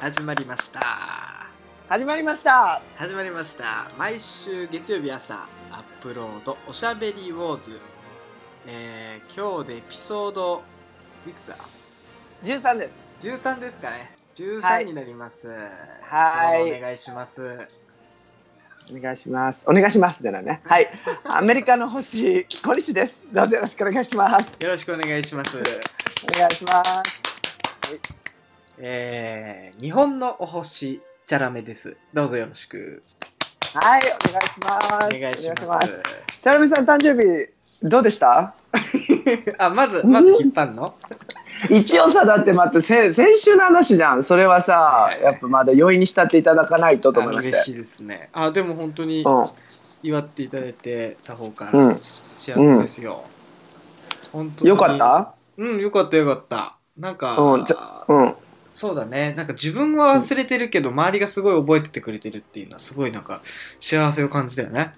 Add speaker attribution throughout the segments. Speaker 1: 始まりました
Speaker 2: 始まりました
Speaker 1: 始まりました毎週月曜日朝アップロードおしゃべりウォーズ、えー、今日でエピソードいくつだ
Speaker 2: 13です
Speaker 1: 13ですかね
Speaker 2: は
Speaker 1: 13
Speaker 2: い
Speaker 1: になります
Speaker 2: はい
Speaker 1: いつものお願いします
Speaker 2: お願いしますお願いしますじゃないねはいアメリカの星小西ですどうぞよろしくお願いします
Speaker 1: よろしくお願いします
Speaker 2: お願いします
Speaker 1: えー、日本のお星チャラメですどうぞよろしく
Speaker 2: はいお願いします
Speaker 1: お願いします
Speaker 2: お願いしますチャラミさん誕生日どうでした
Speaker 1: あまずまず引っ張るの
Speaker 2: 一応さだって待ってせ先週の話じゃんそれはさ
Speaker 1: はい
Speaker 2: やっぱまだ容易に慕っていただかないとと思い
Speaker 1: あ
Speaker 2: まし
Speaker 1: 嬉
Speaker 2: て
Speaker 1: しいですねあでも本当に祝っていただいてた方か
Speaker 2: うん
Speaker 1: ら幸せですよ、本当
Speaker 2: うん
Speaker 1: に
Speaker 2: よかった
Speaker 1: うんよかったよかったなんか、
Speaker 2: うんじうん
Speaker 1: そうだねなんか自分は忘れてるけど、周りがすごい覚えててくれてるっていうのはすごいなんか幸せを感じたよね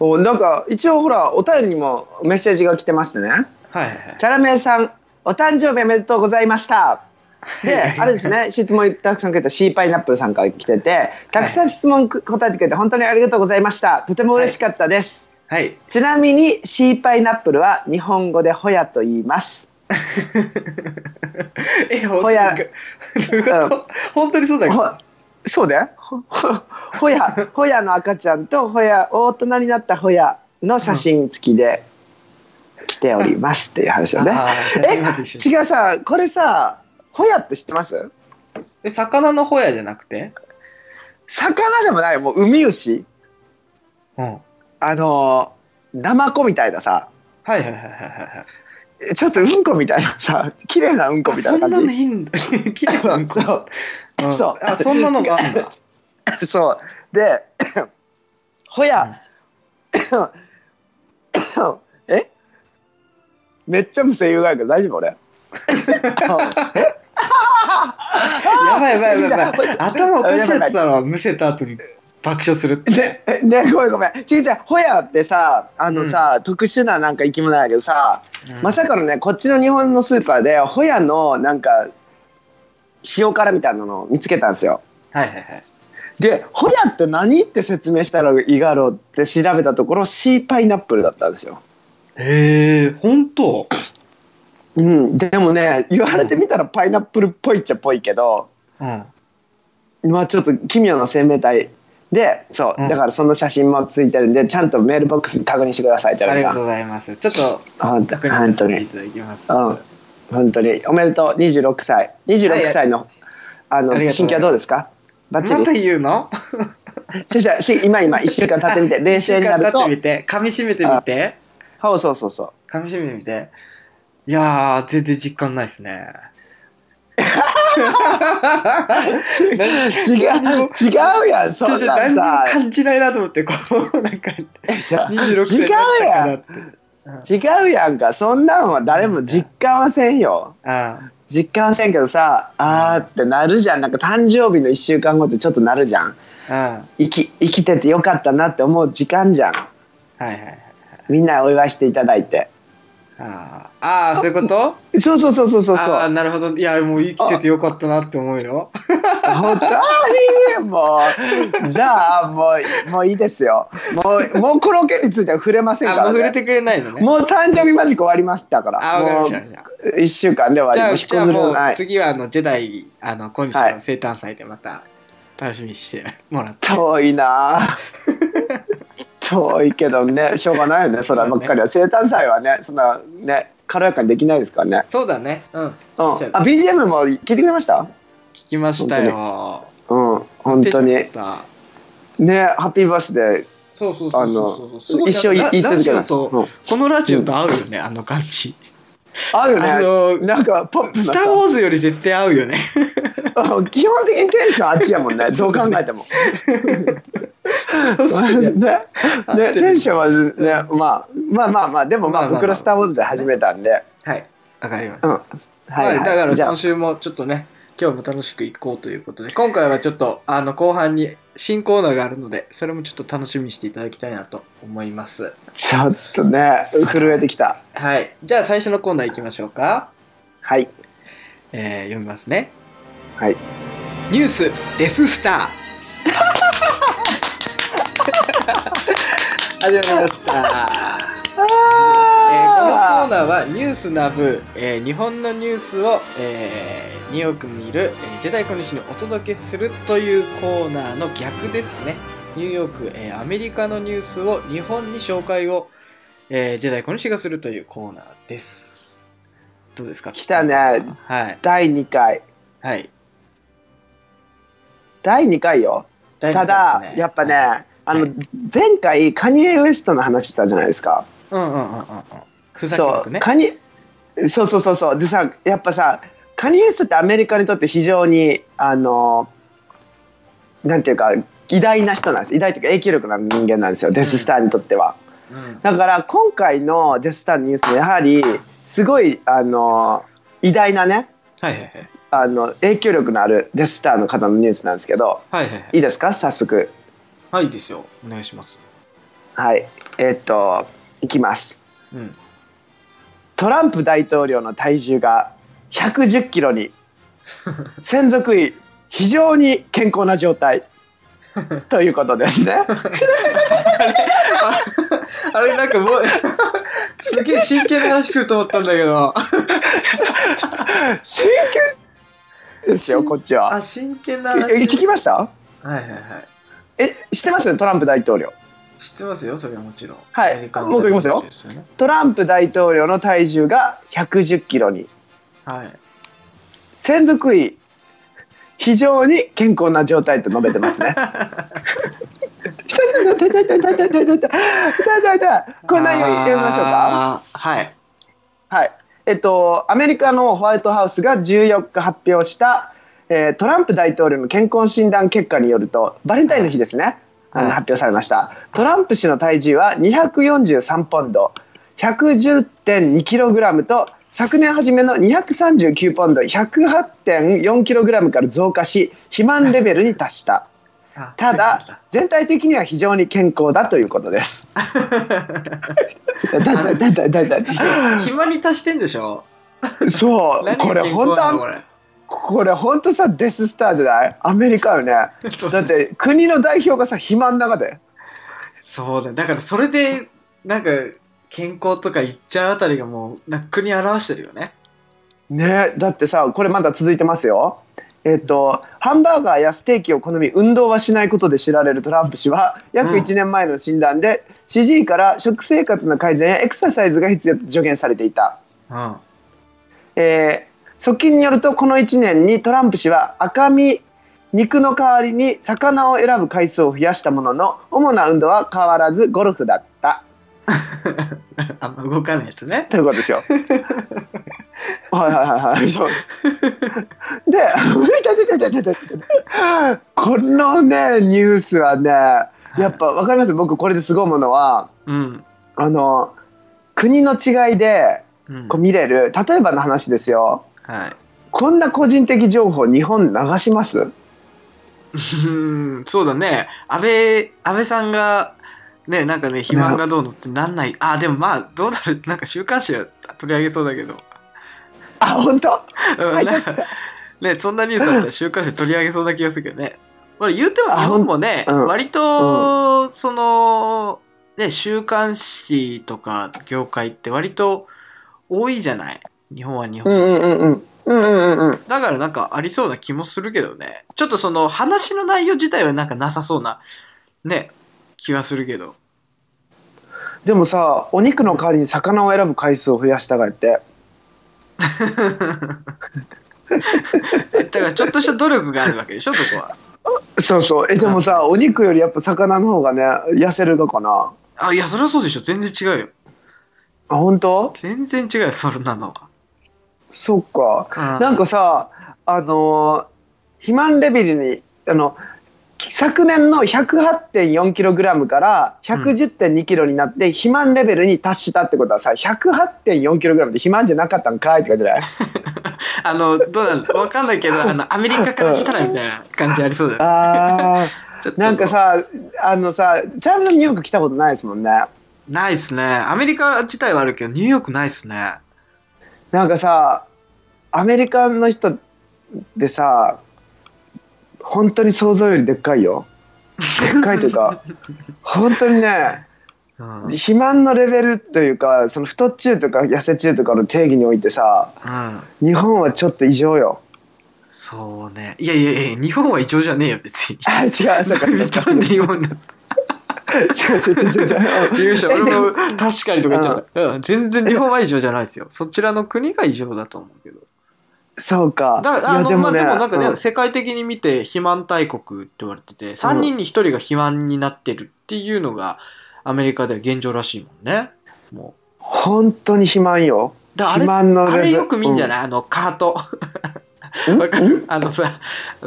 Speaker 2: おなんか一応ほらお便りにもメッセージが来てましてね
Speaker 1: はいはいはい
Speaker 2: チャラメイさん、お誕生日おめでとうございました。で、
Speaker 1: はい
Speaker 2: あれですね、質問たくさんくれたシーパイナップルさんから来てて、たくさん質問く答えてくれて本当にありがとうございました。とても嬉しかったです。
Speaker 1: はい
Speaker 2: ちなみにシーパイナップルは日本語でホヤと言います。
Speaker 1: えほ
Speaker 2: ほや
Speaker 1: どういうこと本当にそうだ
Speaker 2: ほ
Speaker 1: よ
Speaker 2: そうだよ。ほほホヤ、ホヤの赤ちゃんとホヤ、大人になったホヤの写真付きで来ておりますっていう話をね。え
Speaker 1: え
Speaker 2: 違うさ、これさ、ホヤって知ってます
Speaker 1: え魚のホヤじゃなくて
Speaker 2: 魚でもないもうウミウシ
Speaker 1: うんはい
Speaker 2: あのーナマコみたいなさ
Speaker 1: はいはいはいはいはい
Speaker 2: ちょっとうんこみたいなさ綺麗なうんこ
Speaker 1: あ
Speaker 2: みた
Speaker 1: そ
Speaker 2: い
Speaker 1: んな
Speaker 2: な感
Speaker 1: の
Speaker 2: じ
Speaker 1: いいんだ 綺麗なうんこ
Speaker 2: そ
Speaker 1: うん
Speaker 2: そう
Speaker 1: あそんなのがあるんだ
Speaker 2: うそうでほや、 えめっちゃ無声優があるけど 大丈夫俺え
Speaker 1: やばいやばいやばいやばい
Speaker 2: 違う違う
Speaker 1: 頭おかしいやつだろむせた後に爆笑するって
Speaker 2: ででごめんごめんちいちゃんホヤってさあのさ、特殊ななんか生き物だけどさ、まさかのねこっちの日本のスーパーでホヤのなんか塩辛みたいなのを見つけたんですよ
Speaker 1: はいはいはい
Speaker 2: でホヤって何って説明したらいいだろうって調べたところシーパイナップルだったんですよ
Speaker 1: へえ本当
Speaker 2: うんでもね言われてみたらパイナップルっぽいっちゃっぽいけど
Speaker 1: うん
Speaker 2: まあちょっと奇妙な生命体でそう
Speaker 1: うん
Speaker 2: だからその写真もついてるんでちゃんとメールボックスに確認してくださいじゃ
Speaker 1: ありが
Speaker 2: あ
Speaker 1: とうございますちょっと
Speaker 2: 本当
Speaker 1: 確認さ
Speaker 2: 本
Speaker 1: せ
Speaker 2: 当
Speaker 1: てい
Speaker 2: に
Speaker 1: ただきます
Speaker 2: うん本当におめでとう26歳26歳のあ
Speaker 1: あり
Speaker 2: の
Speaker 1: がとうございます
Speaker 2: 心境はどうですかバ
Speaker 1: ま
Speaker 2: ッチリ
Speaker 1: た言うの
Speaker 2: じゃし今今1週間経って みて冷静になる
Speaker 1: 時間
Speaker 2: と
Speaker 1: 経ってみて噛み締めてみて
Speaker 2: そうそうそうそ
Speaker 1: 噛み締めてみていやー全然実感ないっす ね
Speaker 2: う違う違うやんそ
Speaker 1: ちょっ
Speaker 2: ん
Speaker 1: と
Speaker 2: な
Speaker 1: 何
Speaker 2: ん
Speaker 1: にも
Speaker 2: さ
Speaker 1: 感じないなと思ってこうなん か
Speaker 2: じゃあ
Speaker 1: 26歳になったからって
Speaker 2: 違うやんかそんなんは誰も実感はせんよ
Speaker 1: あ
Speaker 2: 実感はせんけどさあーってなるじゃんなんか誕生日の1週間後ってちょっとなるじゃん
Speaker 1: ああ
Speaker 2: 生き生きててよかったなって思う時間じゃん
Speaker 1: あはいはいはい
Speaker 2: みんなお祝いしていただいて
Speaker 1: あーあーそういうこと
Speaker 2: そうそうそうそうそうそう
Speaker 1: ああなるほどいやもう生きててよかったなって思うよ
Speaker 2: 本当にもうじゃあもうもういいですよもうもうコロッケについては触れませんか
Speaker 1: あもう触
Speaker 2: ら、
Speaker 1: れ
Speaker 2: ね、
Speaker 1: てくれないのね
Speaker 2: もう誕生日マジック終わりましたから
Speaker 1: あ
Speaker 2: も
Speaker 1: わ
Speaker 2: う
Speaker 1: かりました
Speaker 2: 1週間で終
Speaker 1: じゃ
Speaker 2: わり
Speaker 1: あ
Speaker 2: もし
Speaker 1: じゃあ
Speaker 2: ず
Speaker 1: も
Speaker 2: る
Speaker 1: う
Speaker 2: ない
Speaker 1: 次はあのジェダイあの今日
Speaker 2: は
Speaker 1: の
Speaker 2: い
Speaker 1: 生誕祭でまた楽しみにしてもらって
Speaker 2: 遠い なあ遠いけどねしょうがないよねそればっかりは生誕祭はねそんなね軽やかにできないですからね、
Speaker 1: そうだねうん
Speaker 2: うん、あ
Speaker 1: そうだね
Speaker 2: BGM も聞いてくれました
Speaker 1: 聞きましたよ
Speaker 2: うん本当に
Speaker 1: 出ちゃった
Speaker 2: ねハッピーバースデー
Speaker 1: そうそうそ
Speaker 2: あ
Speaker 1: うそう
Speaker 2: の
Speaker 1: そうすごい
Speaker 2: 一生言い
Speaker 1: ラ
Speaker 2: 言い続
Speaker 1: ラジ
Speaker 2: けま
Speaker 1: オ
Speaker 2: す
Speaker 1: と
Speaker 2: うん
Speaker 1: このラジオと合うよねあの感じ
Speaker 2: 合うね、
Speaker 1: あの
Speaker 2: なんかポップ
Speaker 1: ス
Speaker 2: な
Speaker 1: ター・ウォーズより絶対合うよね。
Speaker 2: うん基本的にテンションあっちやもんねどう考 えてもね ね
Speaker 1: 合ってる
Speaker 2: テンションはね、まあ、まあまあまあでもま
Speaker 1: まあまあま
Speaker 2: あ
Speaker 1: あ
Speaker 2: 僕ら「スター・ウォーズ」で始めたんで、
Speaker 1: はい、わかりまし
Speaker 2: う
Speaker 1: た。
Speaker 2: ん、はい、
Speaker 1: ま
Speaker 2: は
Speaker 1: あ
Speaker 2: い、
Speaker 1: だから
Speaker 2: じゃあ
Speaker 1: 今週もちょっとね、今日も楽しくいこうということで、今回はちょっとあの後半に新コーナーがあるので、それもちょっと楽しみにしていただきたいなと思います。
Speaker 2: ちょっとね震えてきた
Speaker 1: はい、じゃあ最初のコーナー行きましょうか。
Speaker 2: はい
Speaker 1: えー、読みますね。
Speaker 2: はい
Speaker 1: ニュースデススタ ー。始まりました。えーこのコーナーはニュースナブ、えー日本のニュースを、えーニューヨークにいる、えージェダイ小西にお届けするというコーナーの逆ですね。ニューヨーク、えーアメリカのニュースを日本に紹介を、えージェダイ小西がするというコーナーです。どうですか
Speaker 2: 来たね。
Speaker 1: はい。
Speaker 2: 第2回
Speaker 1: はい。
Speaker 2: 第2回よただ、やっぱね、あの、
Speaker 1: はい
Speaker 2: 前回カニエ・ウエストの話したじゃないですか
Speaker 1: うんうんうんうんうん。ふざけ
Speaker 2: そ
Speaker 1: なく
Speaker 2: う
Speaker 1: ね。
Speaker 2: カニそうそうそうそうでさやっぱさカニエ・ウエストってアメリカにとって非常にあのなんていうか偉大な人なんです偉大というか影響力のある人間なんですよデス・スターにとっては、
Speaker 1: うん
Speaker 2: だから今回のデス・スターのニュースもやはりすごいあの偉大なね
Speaker 1: はいはいはい。
Speaker 2: あの影響力のあるデス・スターの方のニュースなんですけど
Speaker 1: はいはいはい
Speaker 2: い。いですか早速
Speaker 1: はいですよ。お願いします。
Speaker 2: はいえーっといきます
Speaker 1: うん。
Speaker 2: トランプ大統領の体重が110キロに専属医非常に健康な状態ということですね。
Speaker 1: あれなんかもうすげえ真剣な話来ると思ったんだけど
Speaker 2: 真剣ですよこっちは。
Speaker 1: あ真剣な
Speaker 2: ええ聞
Speaker 1: 話
Speaker 2: きました？
Speaker 1: はいはいはい
Speaker 2: え知ってますトランプ大統領。
Speaker 1: 知ってますよそれはもちろん
Speaker 2: はい
Speaker 1: アメリカの
Speaker 2: もう一回いきますよ
Speaker 1: ですよね
Speaker 2: トランプ大統領の体重が110キロに
Speaker 1: はい
Speaker 2: 専属医非常に健康な状態と述べてますね。痛い痛い痛い痛い痛い痛い痛い痛い痛い痛い痛いこんな読みましょうか。
Speaker 1: あーはい
Speaker 2: はい。えっと、アメリカのホワイトハウスが14日発表した、えートランプ大統領の健康診断結果によると、バレンタインの日ですね、あ
Speaker 1: はい
Speaker 2: の発表されました。トランプ氏の体重は243ポンド、110.2キログラムと、昨年初めの239ポンド、108.4キログラムから増加し、肥満レベルに達した。
Speaker 1: あ
Speaker 2: ただ、全体的には非常に健康だということです。だだだだだだ
Speaker 1: 暇に足してんでしょ
Speaker 2: そう、
Speaker 1: 何
Speaker 2: これ
Speaker 1: が健康
Speaker 2: 本
Speaker 1: なの
Speaker 2: 当
Speaker 1: これ
Speaker 2: これ本当さデススターじゃないアメリカよねだって国の代表がさ肥満の中で
Speaker 1: そうだだからそれでなんか健康とか言っちゃうあたりがもうなんか国表してるよね
Speaker 2: ねだってさこれまだ続いてますよえっ、とハンバーガーやステーキを好み運動はしないことで知られるトランプ氏は約
Speaker 1: うん
Speaker 2: 1年前の診断で、支持医から食生活の改善やエクササイズが必要と助言されていた
Speaker 1: うん
Speaker 2: えー側近によるとこの1年にトランプ氏は赤身肉の代わりに魚を選ぶ回数を増やしたものの主な運動は変わらずゴルフだった
Speaker 1: あんま動かないやつね
Speaker 2: ということですよ。はいはいはいはい。そうで痛い痛い痛い痛い痛い痛いこのねニュースはねやっぱわかります僕これですごいものは
Speaker 1: うん
Speaker 2: あの国の違いで
Speaker 1: うん
Speaker 2: こう見れる例えばの話ですよ。
Speaker 1: はい
Speaker 2: こんな個人的情報日本流します
Speaker 1: うんそうだね安倍安倍さんがねなんかね肥満がどうのってなんないあでもまあどうだろうなんか週刊誌は取り上げそうだけど、
Speaker 2: あ本当
Speaker 1: うん、なんかねそんなニュースだったら週刊誌取り上げそうな気がするけどねまあ言うても
Speaker 2: あ
Speaker 1: 日本もね、
Speaker 2: ほんうん
Speaker 1: 割とそのね週刊誌とか業界って割と多いじゃない日本は日
Speaker 2: う
Speaker 1: 本、
Speaker 2: んうんうんうんうんうんうん
Speaker 1: だからなんかありそうな気もするけどねちょっとその話の内容自体はなんかなさそうなね気はするけど
Speaker 2: でもさお肉の代わりに魚を選ぶ回数を増やしたがって
Speaker 1: だからちょっとした努力があるわけでしょそこは
Speaker 2: そうそうえでも さお肉よりやっぱ魚の方がね痩せるのかな
Speaker 1: あいやそれはそうでしょ全然違うよ
Speaker 2: あ本当
Speaker 1: 全然違うよそんなのは
Speaker 2: そっか
Speaker 1: な
Speaker 2: なんかさあのー肥満レベルにあの昨年の 108.4kg から
Speaker 1: うん
Speaker 2: 110.2kg になって肥満レベルに達したってことはさ 108.4kg って肥満じゃなかったんかいって感じだよ
Speaker 1: あの、どうなんわかんないけど、あの、アメリカからしたらみたいな感じありそうだよ。
Speaker 2: あ
Speaker 1: ちょっ
Speaker 2: ーなんか、さあのさチャームさんニューヨーク来たことないですもんね
Speaker 1: ないっすね。アメリカ自体はあるけど、ニューヨークないっすね。
Speaker 2: なんかさアメリカの人でさ本当に想像よりでっかいよでっかいというか本当にね
Speaker 1: うん。うん。
Speaker 2: 肥満のレベルというかその太っちゅうとか痩せちゅうとかの定義においてさ日本はちょっと異常よ
Speaker 1: そうね。いやいやいや、日本は異常じゃねえよ、別に。
Speaker 2: あ違うそ うか違う
Speaker 1: なんで日本だ
Speaker 2: 違う違う違う違う
Speaker 1: 優勝俺も確かにとか言っちゃった、 うん、全然日本は異常じゃないですよそちらの国が異常だと思うけど
Speaker 2: そうか
Speaker 1: だからあの
Speaker 2: いや
Speaker 1: でも,、まあ、でもなんかね、
Speaker 2: うん
Speaker 1: 世界的に見て肥満大国って言われてて3人に1人が肥満になってるっていうのがアメリカでは現状らしいもんねもう
Speaker 2: 本当に肥満よ
Speaker 1: だからあれ
Speaker 2: 肥満のレ
Speaker 1: あ
Speaker 2: ベル
Speaker 1: れよく見んじゃない、あのカー トわか
Speaker 2: うん
Speaker 1: るあのさ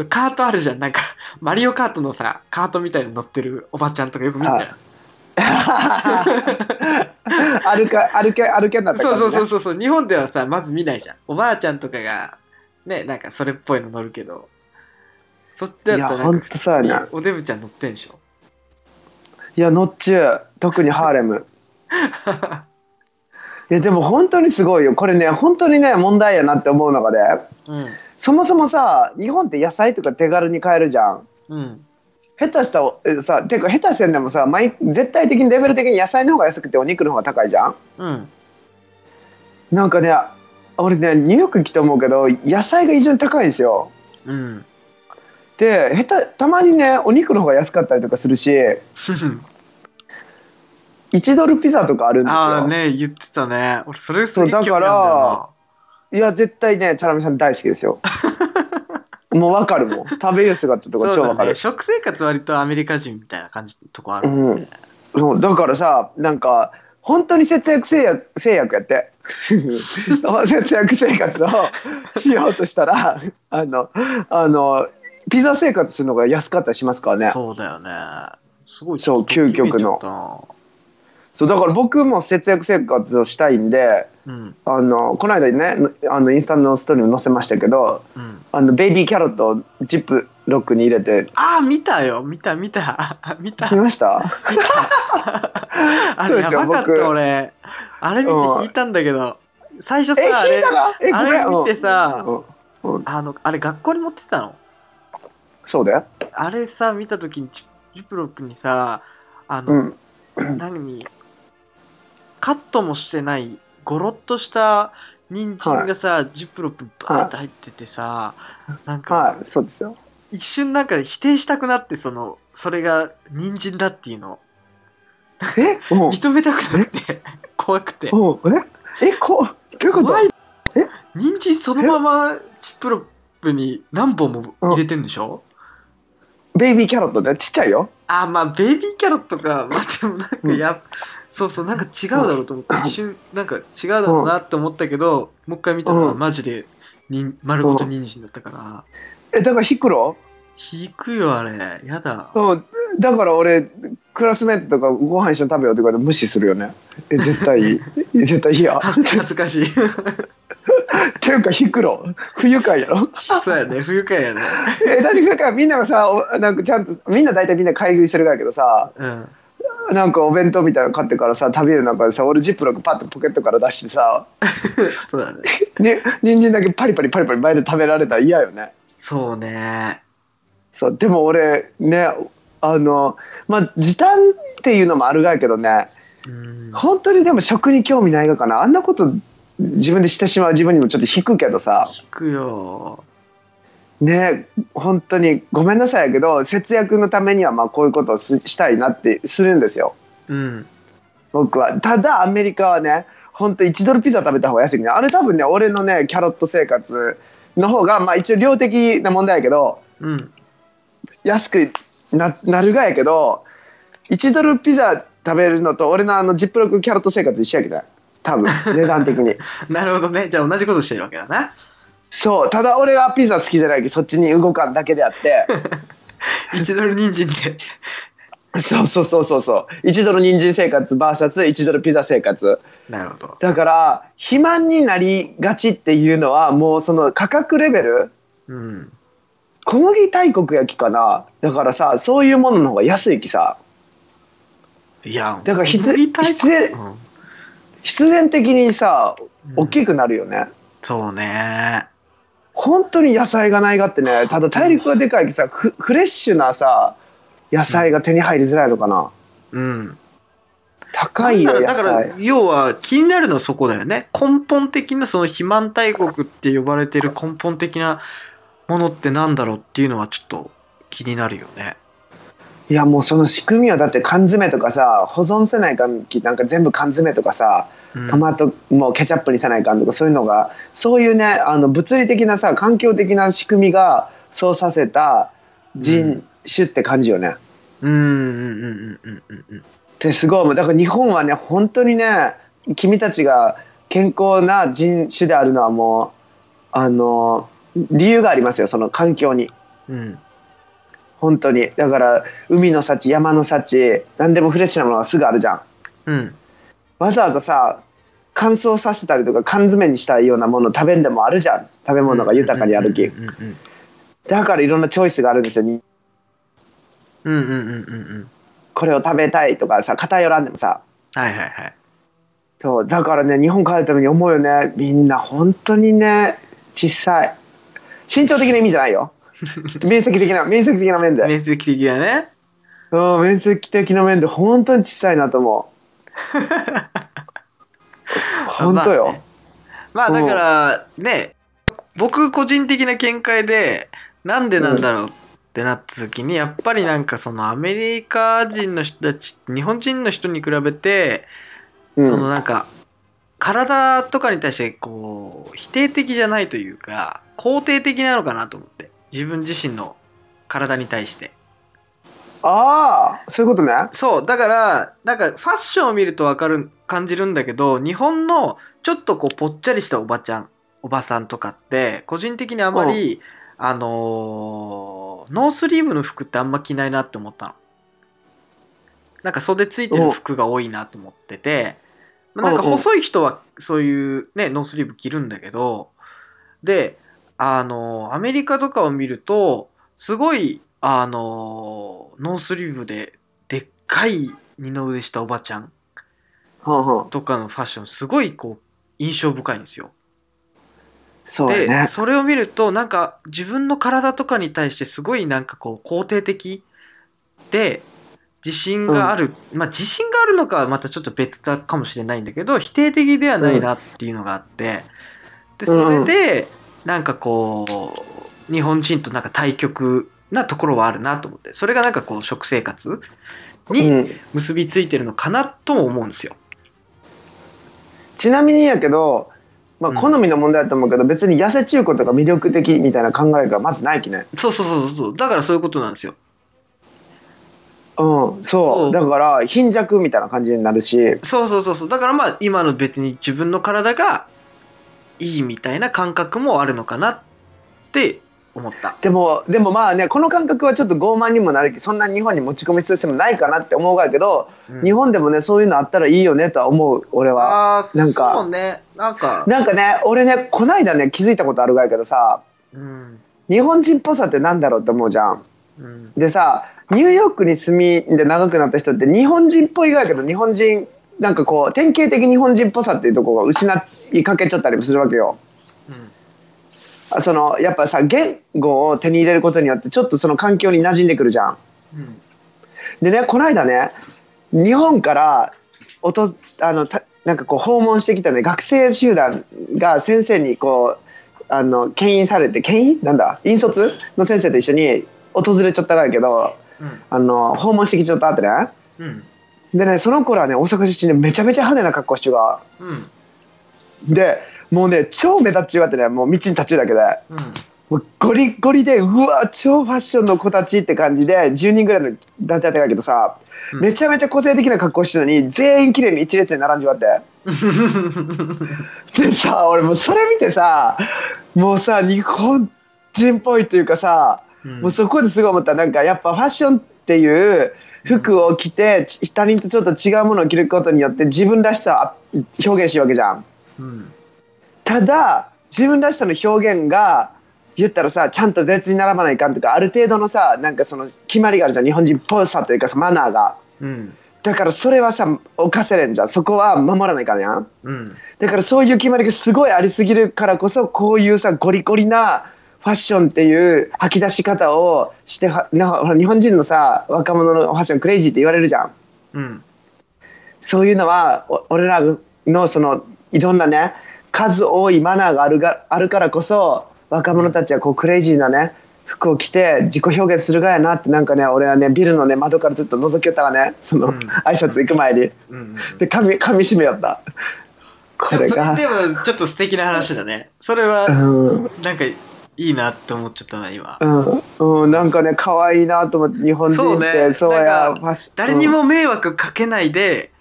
Speaker 1: カートあるじゃんなんかマリオカートのさカートみたいに乗ってるおばちゃんとかよく見んじゃん
Speaker 2: 歩か歩け歩けんなった
Speaker 1: そうそうそう
Speaker 2: う
Speaker 1: そうそう日本ではさまず見ないじゃんおばあちゃんとかがねなんかそれっぽいの乗るけどそっちだ
Speaker 2: い
Speaker 1: った
Speaker 2: や
Speaker 1: らなん
Speaker 2: 本
Speaker 1: か
Speaker 2: 当そうやね
Speaker 1: おデブちゃん乗ってんでし ょ
Speaker 2: いやのっちゅう特にハーレムいやでも本当にすごいよこれね本当にね問題やなって思う中で
Speaker 1: うん
Speaker 2: そもそもさ日本って野菜とか手軽に買えるじゃん
Speaker 1: うん
Speaker 2: 下手したおえさてか下手せんでもさ毎絶対的にレベル的に野菜の方が安くてお肉の方が高いじゃん
Speaker 1: うん
Speaker 2: なんかね俺ねニューヨーク来て思うけど野菜が異常に高いんですよ
Speaker 1: うん
Speaker 2: で下手たまにねお肉の方が安かったりとかするし1ドルピザとかあるんですよ
Speaker 1: ああね言ってたね俺それす
Speaker 2: そう
Speaker 1: げえ興
Speaker 2: だ
Speaker 1: 味
Speaker 2: か
Speaker 1: あんだ
Speaker 2: ら
Speaker 1: よ
Speaker 2: いや絶対ねチャラメさん大好き ですよもうわかるもん食べる姿と
Speaker 1: な
Speaker 2: か
Speaker 1: そ
Speaker 2: 超
Speaker 1: う
Speaker 2: わ
Speaker 1: だ
Speaker 2: かる
Speaker 1: ね食生活割とアメリカ人みたいな感じのとこあ
Speaker 2: う
Speaker 1: るもん
Speaker 2: ん
Speaker 1: ね、
Speaker 2: そうだからさなんか本当に節約制約制約やって 節約 生活をしようとしたらあのあのピザ生活するのが安かったりしますからねそう
Speaker 1: そうだよねすごい
Speaker 2: そう
Speaker 1: ちょっと
Speaker 2: 究極の
Speaker 1: ドキド
Speaker 2: だから僕も節約生活をしたいんで
Speaker 1: キしちゃったうん
Speaker 2: あのこの間ねあのインスタのストーリーに載せましたけど
Speaker 1: うん
Speaker 2: あのベイビーキャロットをジップロックに入れて
Speaker 1: ああ見たよ見た見た 見た
Speaker 2: 見ました
Speaker 1: 見た あ
Speaker 2: そ
Speaker 1: れ
Speaker 2: うで
Speaker 1: や
Speaker 2: すよ
Speaker 1: ばかっ
Speaker 2: 僕
Speaker 1: た俺あれ見て引いたんだけど最初
Speaker 2: え
Speaker 1: さあ
Speaker 2: 聞い
Speaker 1: れ
Speaker 2: たかえ
Speaker 1: あれ見てさ
Speaker 2: うんうん
Speaker 1: あのあれ学校に持ってたの
Speaker 2: そうだよ、
Speaker 1: あれさ見た時にジジップロックにさあ
Speaker 2: う
Speaker 1: の、
Speaker 2: ん、
Speaker 1: 何カットもしてないゴロッとした人参がさ、ジップロックにバーって入っててさ、なんか、
Speaker 2: はいそうですよ
Speaker 1: 一瞬なんか否定したくなってそのそれが人参だっていうの
Speaker 2: え、うん
Speaker 1: 認めたくなって怖くて
Speaker 2: うん、え、え、こう、どういうこと
Speaker 1: 怖い
Speaker 2: え
Speaker 1: 人参そのままチップロップに何本も入れてんでしょ
Speaker 2: ベイビーキャロットね、ちっちゃいよ。
Speaker 1: あまあベイビーキャロットか まあでもなんか
Speaker 2: うん
Speaker 1: や、そうそうなんか違うだろうと思って一瞬なんか違うだろうなって思ったけどもう一回見たら
Speaker 2: うん
Speaker 1: マジでにん丸ごと人参だったから
Speaker 2: え、だからヒクロ
Speaker 1: 引くよあれやだ
Speaker 2: うん、だから俺、クラスメートとかご飯一緒に食べようって言われて無視するよね。え、絶対、絶対嫌。
Speaker 1: は恥ずかしい
Speaker 2: っていうかヒクロ、不愉快やろ。
Speaker 1: そうやね不愉快やね
Speaker 2: え、何不愉快みんながさ、おなんかちゃんと、みんな大体みんな買い食いしてるからやけどさ、
Speaker 1: うん
Speaker 2: なんかお弁当みたいなの買ってからさ、食べる中でさ、俺ジップロックパッとポケットから出してさ、
Speaker 1: そうだね
Speaker 2: ね、人参だけパリパリパリパリ前で食べられたら嫌よね。
Speaker 1: そうね
Speaker 2: そうでも俺ねあのまあ時短っていうのもあるがやけどね
Speaker 1: うん
Speaker 2: 本当にでも食に興味ないがかなあんなこと自分でしてしまう自分にもちょっと引くけどさ
Speaker 1: 引くよ
Speaker 2: ね本当にごめんなさいやけど節約のためにはまあこういうことをししたいなってするんですよ
Speaker 1: うん
Speaker 2: 僕はただアメリカはね本当1ドルピザ食べた方が安いねあれ多分ね俺のねキャロット生活の方がまあ一応量的な問題やけど
Speaker 1: うん
Speaker 2: 安くななるがやけど1ドルピザ食べるのと俺のあのジップロックキャロット生活一緒やけど多分値段的に
Speaker 1: なるほどね。じゃあ同じことしてるわけだな。
Speaker 2: そうただ俺はピザ好きじゃないけどそっちに動かんだけであって
Speaker 1: 1ドル人参で。
Speaker 2: そうそうそうそうそう1ドル人参生活 VS1 ドルピザ生活
Speaker 1: なるほど。
Speaker 2: だから肥満になりがちっていうのはもうその価格レベル
Speaker 1: うん。
Speaker 2: 小麦大国やきかなだからさそういうものの方が安いきさ
Speaker 1: いや、
Speaker 2: だから必
Speaker 1: 小麦大根
Speaker 2: 必然
Speaker 1: うん
Speaker 2: 必然的にさ
Speaker 1: うん
Speaker 2: 大きくなるよね、
Speaker 1: そうね。
Speaker 2: 本当に野菜がないがってねただ大陸がでかいきさフフレッシュなさ野菜が手に入りづらいのかな
Speaker 1: うん。
Speaker 2: 高いよ
Speaker 1: だ
Speaker 2: 野
Speaker 1: から、だから
Speaker 2: 菜
Speaker 1: 要は気になるのはそこだよね。根本的な、その肥満大国って呼ばれてる根本的なものってなんだろうっていうのはちょっと気になるよね。
Speaker 2: いやもうその仕組みはだって缶詰とかさ保存せないかんきなんか全部缶詰とかさ
Speaker 1: うん
Speaker 2: トマトもうケチャップにせないかんとかそういうのがそういうねあの物理的なさ環境的な仕組みがそうさせた人種って感じよね、っ
Speaker 1: うんうんうんうんうんうんうん。
Speaker 2: てすごい思うだから日本はね本当にね君たちが健康な人種であるのはもうあの理由がありますよその環境に
Speaker 1: うん、
Speaker 2: 本当にだから海の幸山の幸何でもフレッシュなものがすぐあるじゃん
Speaker 1: うん、
Speaker 2: わざわざさ乾燥させたりとか缶詰にしたいようなもの食べんでもあるじゃん食べ物が豊かにあるき
Speaker 1: うんうん
Speaker 2: だからいろんなチョイスがあるんですよに
Speaker 1: うんうんうんうんうん
Speaker 2: これを食べたいとかさ偏らんでもさ
Speaker 1: はいはいはい
Speaker 2: そうだからね日本帰るために思うよねみんな本当にね小さい身長的な意味じゃないよ面積的な面積的な面で、
Speaker 1: 面積的だね
Speaker 2: うん面積的な面で本当に小さいなと思 う本当よ、
Speaker 1: まあ
Speaker 2: うん
Speaker 1: だからね僕個人的な見解でなんでなんだろうってなった時にやっぱりなんかそのアメリカ人の人たち日本人の人に比べて
Speaker 2: うん
Speaker 1: そのなんか体とかに対してこう否定的じゃないというか肯定的なのかなと思って自分自身の体に対して
Speaker 2: ああそういうことね
Speaker 1: そう、だから、なんかファッションを見るとわかる、感じるんだけど、日本のちょっとこうぽっちゃりしたおばちゃん、おばさんとかって、個人的にあまり、あのーノースリーブの服ってあんま着ないなって思ったの。なんか袖ついてる服が多いなと思ってて、まあなんか
Speaker 2: うんうん
Speaker 1: 細い人はそういうね、ノースリーブ着るんだけど、で、あのーアメリカとかを見ると、すごい、あのーノースリーブででっかい二の腕したおばちゃん
Speaker 2: はんはん
Speaker 1: とかのファッションすごいこう印象深いんですよ。
Speaker 2: そう
Speaker 1: で、
Speaker 2: だね
Speaker 1: それを見るとなんか自分の体とかに対してすごいなんかこう肯定的で自信がある、まあ自信があるのかはまたちょっと別だかもしれないんだけど否定的ではないなっていうのがあって、でそれでなんかこう日本人となんか対極なところはあるなと思ってそれがなんかこう食生活に
Speaker 2: うん
Speaker 1: 結びついてるのかなとも思うんですよ。
Speaker 2: ちなみにやけど、まあ、
Speaker 1: うん
Speaker 2: 好みの問題だと思うけど、別に痩せ中古とか魅力的みたいな考えがまずないきね
Speaker 1: そうそうそうそう。だからそういうことなんですよ。
Speaker 2: うんそう
Speaker 1: そう
Speaker 2: だから貧弱みたいな感じになるし
Speaker 1: そうそうそうそう。だからまあ今の別に自分の体がいいみたいな感覚もあるのかなって思った。
Speaker 2: でもでもまあねこの感覚はちょっと傲慢にもなるきそんな日本に持ち込みする必要もないかなって思うがやけど、日本でもねそういうのあったらいいよねとは思う俺
Speaker 1: は
Speaker 2: はなんか
Speaker 1: そうね。なんか、
Speaker 2: なんかね俺ねこないだね気づいたことあるがやけどさ
Speaker 1: うん。
Speaker 2: 日本人っぽさってなんだろうって思うじゃん
Speaker 1: うん。
Speaker 2: でさニューヨークに住みで長くなった人って日本人っぽいがやけど日本人なんかこう典型的日本人っぽさっていうところが失いかけちゃったりもするわけよ。
Speaker 1: うん。
Speaker 2: あそのやっぱさ言語を手に入れることによってちょっとその環境に馴染んでくるじゃん。
Speaker 1: うん。
Speaker 2: でねこの間ね日本からおとあのたなんかこう訪問してきたね学生集団が先生にこうあの牽引されて牽引なんだ引率の先生と一緒に訪れちゃったがやけど
Speaker 1: うん。
Speaker 2: あの訪問してきちゃったってね。
Speaker 1: うん。
Speaker 2: でねその頃はね大阪出身でめちゃめちゃ派手な格好してが
Speaker 1: うん。
Speaker 2: でもうね超目立ちようがってねもう道に立ちようだけで
Speaker 1: うん。
Speaker 2: もうゴリゴリでうわ超ファッションの子たちって感じで10人ぐらいの団体だけどさ、
Speaker 1: うん
Speaker 2: めちゃめちゃ個性的な格好してるのに全員綺麗に一列に並ん じまってでさ俺もうそれ見てさもうさ日本人っぽいというかさ、もうそこですごい思ったなんかやっぱファッションっていう服を着てち他人とちょっと違うものを着ることによって自分らしさを表現しようわけじゃん。
Speaker 1: うん
Speaker 2: ただ自分らしさの表現が言ったらさちゃんと列に並ばないかんとかある程度のさなんかその決まりがあるじゃん日本人っぽさというかさマナーが
Speaker 1: うん
Speaker 2: だからそれはさ犯せれんじゃんそこは守らないかんやん
Speaker 1: うん
Speaker 2: だからそういう決まりがすごいありすぎるからこそこういうさゴリゴリなファッションっていう吐き出し方をしてはなほら日本人のさ若者のファッションクレイジーって言われるじゃん
Speaker 1: うん
Speaker 2: そういうのはお俺らのそのいろんなね数多いマナーがあるがあるからこそ若者たちはこうクレイジーなね服を着て自己表現するがやなってなんかね俺はねビルのね窓からずっと覗きよったわねその、
Speaker 1: うん
Speaker 2: 挨拶行く前に
Speaker 1: うん
Speaker 2: で噛み噛み締めよったこれが
Speaker 1: それでもちょっと素敵な話だねそれは
Speaker 2: うん
Speaker 1: なんかいいなって思っちゃったな今
Speaker 2: うん、うん、なんかね可愛いなと思って日本人って
Speaker 1: そうねなんか
Speaker 2: ファッシ
Speaker 1: 誰にも迷惑かけないで、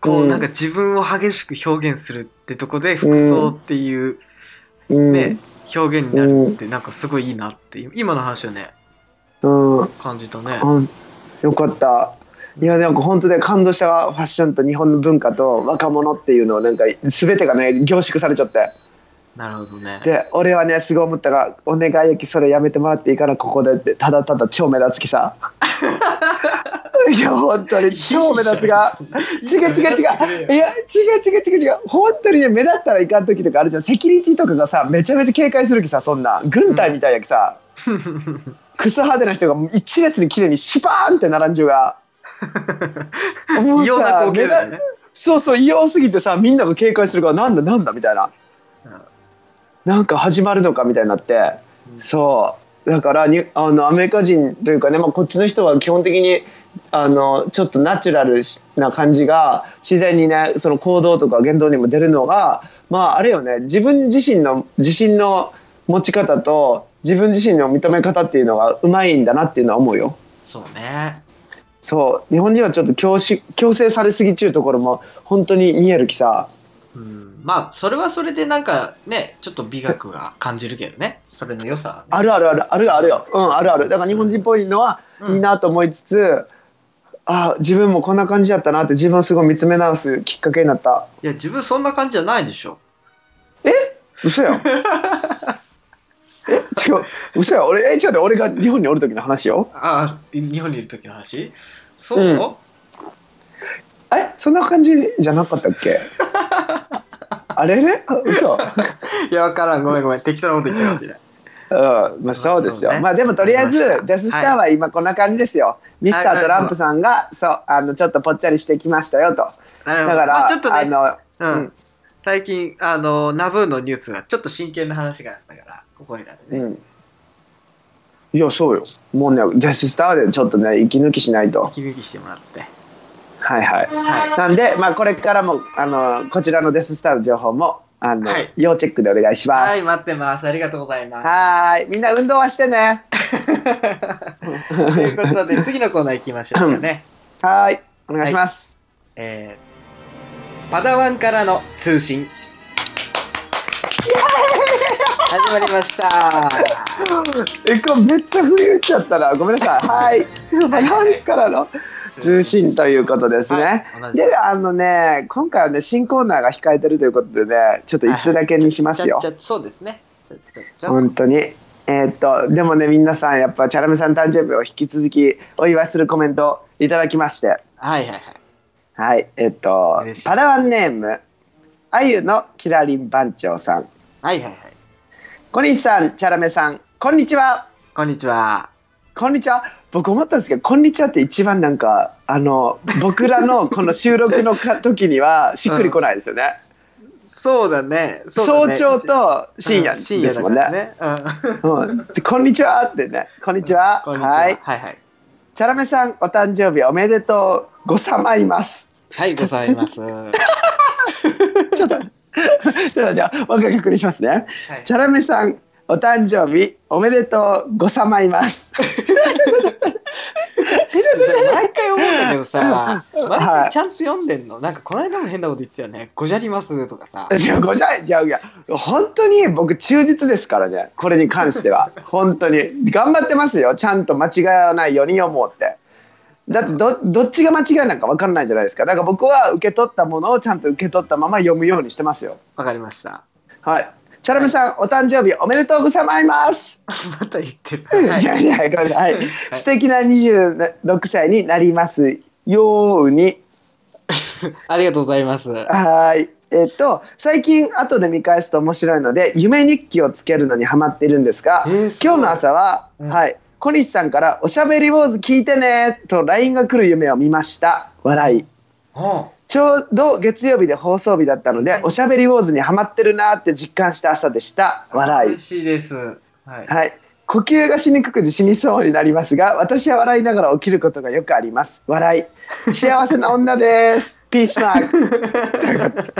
Speaker 1: こ
Speaker 2: う
Speaker 1: うんなんか自分を激しく表現するってとこで服装っていう
Speaker 2: うん
Speaker 1: ね、表現になるってなんかすごいいいなっていう今の話をね
Speaker 2: うんうん
Speaker 1: 感じたね
Speaker 2: うん、よかったいやなんか本当で感動したわファッションと日本の文化と若者っていうのをなんか全てがね凝縮されちゃって
Speaker 1: なるほどね
Speaker 2: で俺はねすごい思ったが「お願いやきそれやめてもらっていいからここで」ってただただ超目立つきさいや本当に超目立つが違う違う違ういや違う違う違う違う本当にね目立ったらいかん時とかあるじゃんセキュリティとかがさめちゃめちゃ警戒するきさそんな軍隊みたいやきさ、クソ派手な人が一列に綺麗にシパーンって並んじゅうがも う
Speaker 1: 異様な
Speaker 2: さ
Speaker 1: 光景だよ
Speaker 2: 目
Speaker 1: ね
Speaker 2: 立そうそう異様すぎてさみんなが警戒するからなんだなんだみたいな、
Speaker 1: うん
Speaker 2: なんか始まるのかみたいになって、
Speaker 1: うん
Speaker 2: そうだからにあのアメリカ人というかね、まあ、こっちの人は基本的にあのちょっとナチュラルな感じが自然にねその行動とか言動にも出るのがまああれよね自分自身の自信の持ち方と自分自身の認め方っていうのがうまいんだなっていうのは思うよ。
Speaker 1: そうね
Speaker 2: そう日本人はちょっと強し強制されすぎちゅうところも本当に見えるきさ
Speaker 1: うんまあそれはそれでなんかねちょっと美学が感じるけどねそれの良さはね
Speaker 2: あるあるあるあるあるようんあるあるだから日本人っぽいのは
Speaker 1: うん
Speaker 2: いいなと思いつつ、あ自分もこんな感じやったなって自分をすごい見つめ直すきっかけになった
Speaker 1: いや自分そんな感じじゃないでしょ
Speaker 2: 嘘 やんえ違う嘘やん俺え違うで俺が日本におる時の話よ
Speaker 1: ああ日本にいる時の話そう、
Speaker 2: うんえそんな感じじゃなかったっ けあれれあ嘘
Speaker 1: いやわからんごめんごめん適当なこと言ってるわけじゃない
Speaker 2: うん、まあそうですよ。
Speaker 1: そうね
Speaker 2: まあでもとりあえ
Speaker 1: わかりまし
Speaker 2: ず
Speaker 1: た
Speaker 2: デススターは今こんな感じですよ。ミスタートランプさんが、そうあのちょっとぽっちゃりしてきましたよと。
Speaker 1: なるほ
Speaker 2: だ
Speaker 1: ど
Speaker 2: から、
Speaker 1: まあ、ちょっとね
Speaker 2: あ
Speaker 1: うん
Speaker 2: うん
Speaker 1: 最近あのナブーのニュースがちょっと真剣な話があったからここになって
Speaker 2: の、
Speaker 1: ね、
Speaker 2: うん。いやそうよ。もうねデススターでちょっとね息抜きしないと。
Speaker 1: 息抜きしてもらって
Speaker 2: はいはい。
Speaker 1: は
Speaker 2: なんでまあこれからもあのこちらのデススターの情報もあの、
Speaker 1: はい
Speaker 2: 要チェックでお願いします。
Speaker 1: はい待ってますありがとうございます
Speaker 2: はーいみんな運動はし てね。
Speaker 1: ということ で次のコーナー行きましょうかね、
Speaker 2: はーいお願いします。
Speaker 1: えーパダワンからの通 信始まりました
Speaker 2: えこれめっちゃ振り打っちゃったなごめん なさい。はい。バランからの。通信ということですね。
Speaker 1: はい同じ
Speaker 2: で、あのね、今回はね、新コーナーが控えてるということでね、ちょっといつだけにしますよ
Speaker 1: ち。ゃっちゃそうですねちゃっちゃっちゃ
Speaker 2: 本当に。えーっと、でもね、皆さん、やっぱ、チャラメさん誕生日を引き続きお祝いするコメントをいただきまして、
Speaker 1: はいはいはい
Speaker 2: はい、えーっと
Speaker 1: 嬉しい、
Speaker 2: パラワンネーム、あゆのキラリン番長さん、
Speaker 1: はいはいはい
Speaker 2: 小西さん、チャラメさん、こんにちは。
Speaker 1: こんにちは
Speaker 2: こんにちは僕思ったんですけど「こんにちは」って一番なんかあ の僕らのこの収録のか時にはしっくりこないですよね。
Speaker 1: そうだねそうだね
Speaker 2: 早朝と深夜
Speaker 1: うん
Speaker 2: ですもん
Speaker 1: だから
Speaker 2: ね。
Speaker 1: ねうん
Speaker 2: うんでこんにちはってね、こんにちは。
Speaker 1: こんにちは。は
Speaker 2: はいい、
Speaker 1: はい。
Speaker 2: チャラメさん、お誕生日おめでとう。ごさまいます。
Speaker 1: はい、ございます。はい
Speaker 2: ちょっと、ちょっとじゃあ、もう一回確認しますね。チャラメさん、お誕生日おめでとうごさまいます。
Speaker 1: 毎回思うんだけどさ
Speaker 2: そうそうそう
Speaker 1: 毎回ちゃんと読んでんのなんかこの間も変なこと言ってたよね「ごじゃります」とかさ
Speaker 2: いやごじゃいやいや本当に僕忠実ですからねこれに関しては本当に頑張ってますよちゃんと間違わないように読もうってだってどどっちが間違いなんか分からないじゃないですかだから僕は受け取ったものをちゃんと受け取ったまま読むようにしてますよ
Speaker 1: わかりました
Speaker 2: はいチャラメさん、お誕生日おめでとうございます、
Speaker 1: また言ってる、
Speaker 2: い
Speaker 1: は
Speaker 2: や
Speaker 1: い
Speaker 2: いやいやごめんなさい
Speaker 1: はい
Speaker 2: 素敵な26歳になりますように
Speaker 1: ありがとうございますは
Speaker 2: はい。えっと、最近後で見返すと面白いので、夢日記をつけるのにハマっているんですが、
Speaker 1: えーすごい
Speaker 2: 今日の朝は、
Speaker 1: うん
Speaker 2: はい、小西さんからおしゃべり坊主聞いてねと LINE が来る夢を見ました。笑い。
Speaker 1: あ
Speaker 2: ちょうど月曜日で放送日だったので、おしゃべり坊主にハマってるなって実感した朝でした。笑い
Speaker 1: 嬉。しいですはい
Speaker 2: はい。呼吸がしにくくて死にそうになりますが、私は笑いながら起きることがよくあります。笑い。幸せな 女です。ピースマーク。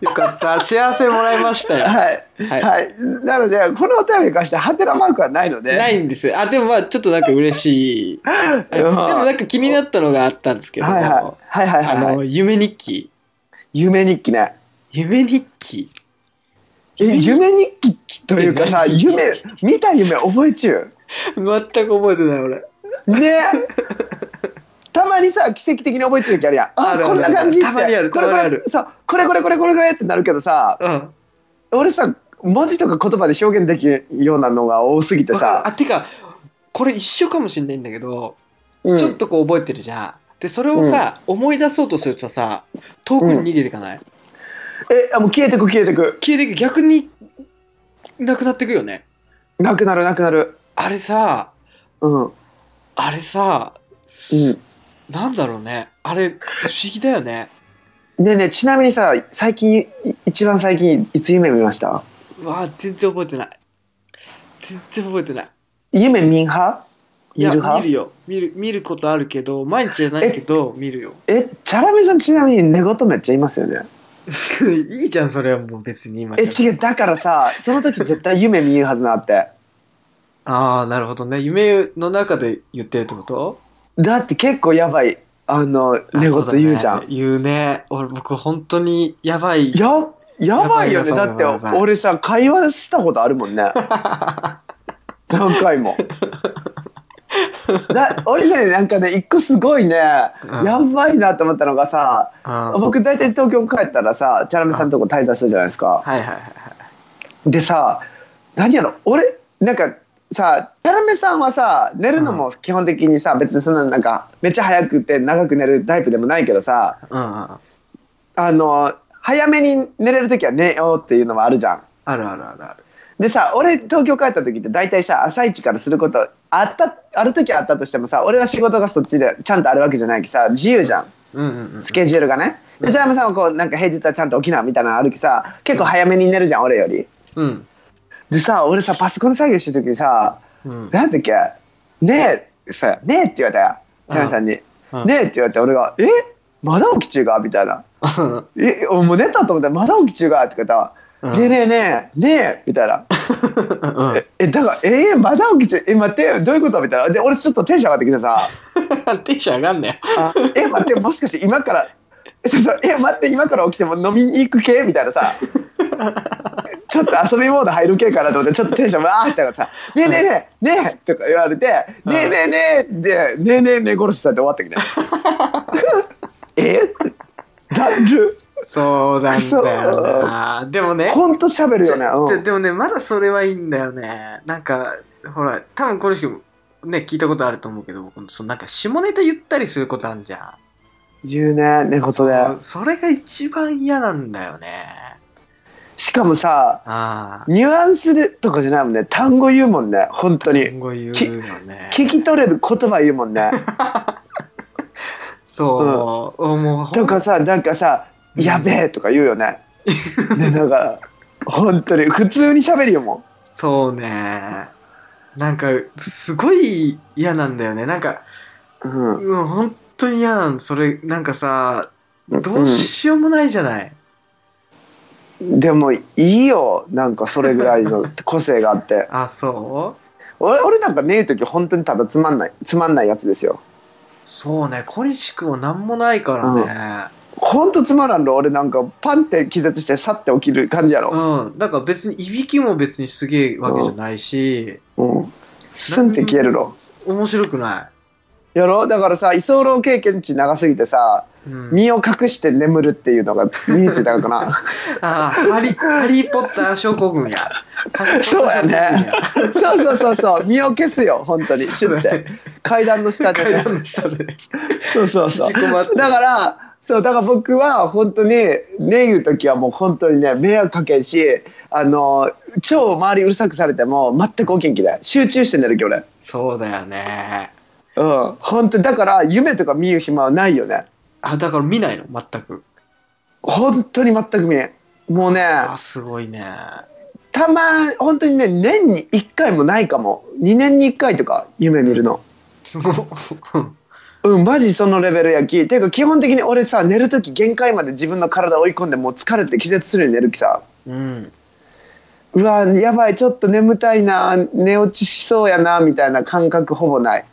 Speaker 1: よかった幸せもらいましたよ
Speaker 2: はい、
Speaker 1: はい
Speaker 2: はい、なので、このお便りに関して、ハテナマークはないので。
Speaker 1: ないんですよあでもまあちょっとなんか嬉しいはいでもなんか気になったのがあったんですけど、
Speaker 2: はいはい、はいはいは
Speaker 1: あ
Speaker 2: いは
Speaker 1: の
Speaker 2: い、
Speaker 1: 夢日記
Speaker 2: 夢日記ね。
Speaker 1: 夢日記
Speaker 2: え、夢日記というかさ、
Speaker 1: 夢日記
Speaker 2: 夢、見た夢覚え中。
Speaker 1: 全く覚えてない俺
Speaker 2: ね。たまにさ、奇跡的に覚えちゃう時あるやん。
Speaker 1: あ
Speaker 2: あ、
Speaker 1: るある
Speaker 2: こんな感じって。
Speaker 1: たまにある
Speaker 2: これ
Speaker 1: た
Speaker 2: こ
Speaker 1: まにあ
Speaker 2: れ
Speaker 1: る、
Speaker 2: そう、これこれこれこれこれってなるけどさ、
Speaker 1: うん
Speaker 2: 俺さ、文字とか言葉で表現できるようなのが多すぎて
Speaker 1: わかる
Speaker 2: さ。
Speaker 1: あてかこれ一緒かもしんないんだけど、
Speaker 2: うん
Speaker 1: ちょっとこう覚えてるじゃんでそれをさ、思い出そうとするとさ遠くに逃げていかない、
Speaker 2: え、あもう消えてく、消えてく。
Speaker 1: 消えていく逆になくなっていくよね
Speaker 2: なくなる、なくなる。
Speaker 1: あれさ
Speaker 2: うん。うん。
Speaker 1: あれさ、なんだろうねあれ不思議だよね
Speaker 2: ねえねえちなみにさ最近い一番最近いつ夢見ました
Speaker 1: うわあ全然覚えてない全然覚えてない
Speaker 2: 夢見ん派
Speaker 1: い
Speaker 2: 見る
Speaker 1: や
Speaker 2: 派
Speaker 1: 見るよ見る見ることあるけど毎日じゃないけど見るよ
Speaker 2: えチャラメさんちなみに寝言めっちゃ言いますよね
Speaker 1: いいじゃんそれはもう別に今
Speaker 2: え違うだからさその時絶対夢見るはずなって
Speaker 1: ああなるほどね夢の中で言ってるってこと
Speaker 2: だって結構やばいあの寝言言うじゃん、
Speaker 1: あそうだね言うね俺僕本当にやばい
Speaker 2: ややばいよね
Speaker 1: やばい
Speaker 2: だって
Speaker 1: やばいやばい
Speaker 2: 俺さ会話したことあるもんね何回もだ俺ねなんかね一個すごいね、
Speaker 1: うん
Speaker 2: やばいなと思ったのがさ
Speaker 1: うんはい
Speaker 2: 僕大体東京帰ったらさチャラメさんのとこ滞在するじゃないですか
Speaker 1: はいはい
Speaker 2: でさ何やろ俺なんかさチャラメさんはさ寝るのも基本的にさ別にそんななんかめっちゃ早くて長く寝るタイプでもないけどさ
Speaker 1: うんうん
Speaker 2: あの早めに寝れる時は寝ようっていうのもあるじゃん
Speaker 1: あるあるあるある
Speaker 2: でさ俺東京帰った時って大体さ朝一からすることあったある時はあったとしてもさ俺は仕事がそっちでちゃんとあるわけじゃないきさ自由じゃん
Speaker 1: うんうんうん
Speaker 2: スケジュールがね。で、ジャムさんはこう、なんか平日はちゃんと起きなみたいなのあるきさ、結構早めに寝るじゃん、俺より。
Speaker 1: うん
Speaker 2: でさ、俺さ、パソコンで作業してる時にさ、
Speaker 1: うん
Speaker 2: なんだっけ、ねえ、さ、ねえって言われたよ、ジャムさんに。ね
Speaker 1: うん
Speaker 2: えって言われて、俺が、えまだ起き中がみたいな。え、俺もう寝たと思ったら、まだ起き中がって言われたら、ねえねえねえ、ねえみたいな。
Speaker 1: うん
Speaker 2: ええ、だから、えー、まだ起き中、え、待ってよ、どういうことみたいな。で、俺ちょっとテンション上がってきてさ。
Speaker 1: テンション上がんね
Speaker 2: あえ待ってもしかして今からえそうそうえ待って今から起きても飲みに行く系みたいなさちょっと遊びモード入る系かなと思ってちょっとテンションわーって上がってさ「ねえねえねえねえ」とか言われて「
Speaker 1: うん
Speaker 2: ねえねえねえ」で「ねえねえねえ殺しされて終わ ったけどえだる
Speaker 1: そうなんだよなでもね
Speaker 2: ほんと喋るよね、
Speaker 1: ちょ
Speaker 2: うん
Speaker 1: でもねまだそれはいいんだよねなんかほら多分この人もね聞いたことあると思うけどそのなんか下ネタ言ったりすることあるじゃん
Speaker 2: 言うね寝言で
Speaker 1: そうそれが一番嫌なんだよね
Speaker 2: しかもさ
Speaker 1: ああ
Speaker 2: ニュアンスでとかじゃないもんね単語言うもんね本当に
Speaker 1: 今後言うよね
Speaker 2: 聞き取れる言葉言うもん ね
Speaker 1: そう、もうほん
Speaker 2: とかさなんかさ「
Speaker 1: うん
Speaker 2: やべえ」とか言うよ ね。ねなんか本当に普通に喋るよも
Speaker 1: そうねなんかすごい嫌なんだよねなんか
Speaker 2: う。うん、
Speaker 1: うん本当に嫌なのそれなんかさどうしようもないじゃない。
Speaker 2: でもいいよなんかそれぐらいの 個性があって
Speaker 1: あ、そう
Speaker 2: 俺俺なんか寝る時本当にただつまんないつまんないやつですよ
Speaker 1: そうね、小西君は何もないからね。
Speaker 2: 本当つまらんろ俺なんかパンって気絶してさって起きる感じやろ、
Speaker 1: うん。だから別に、いびきも別にすげえわけじゃないし、
Speaker 2: うん、スンって消えるろ
Speaker 1: 面白くな
Speaker 2: やろだからさ居候経験値長すぎてさ
Speaker 1: い。うん、
Speaker 2: 身を隠して眠るっていうのが身についたのかな
Speaker 1: あーハリ、ハリーポッター症候群や。ハ リーポッター症候群
Speaker 2: そうそうそうそう身を消すよ本当にシュって階段の下で
Speaker 1: 階
Speaker 2: ね
Speaker 1: 段の下でね。
Speaker 2: そうそうそう
Speaker 1: 縮こまって
Speaker 2: だからそうだから僕は本当に寝る時はもう本当にね迷惑かけんしあの超周りうるさくされても全くお元気で集中して寝るけ俺
Speaker 1: そうだよね。
Speaker 2: うん本当にだから夢とか見る暇はないよね
Speaker 1: あ、だから見ないの、全く。
Speaker 2: 本当に全く見えんもうね
Speaker 1: あ、すごいね。
Speaker 2: たま本当にね年に1回もないかも2年に1回とか夢見るの
Speaker 1: すごい。うん
Speaker 2: うんマジそのレベルやきていうか基本的に俺さ寝る時限界まで自分の体追い込んでもう疲れて気絶するように寝る気さ
Speaker 1: うん。
Speaker 2: うわやばいちょっと眠たいな寝落ちしそうやなみたいな感覚ほぼない、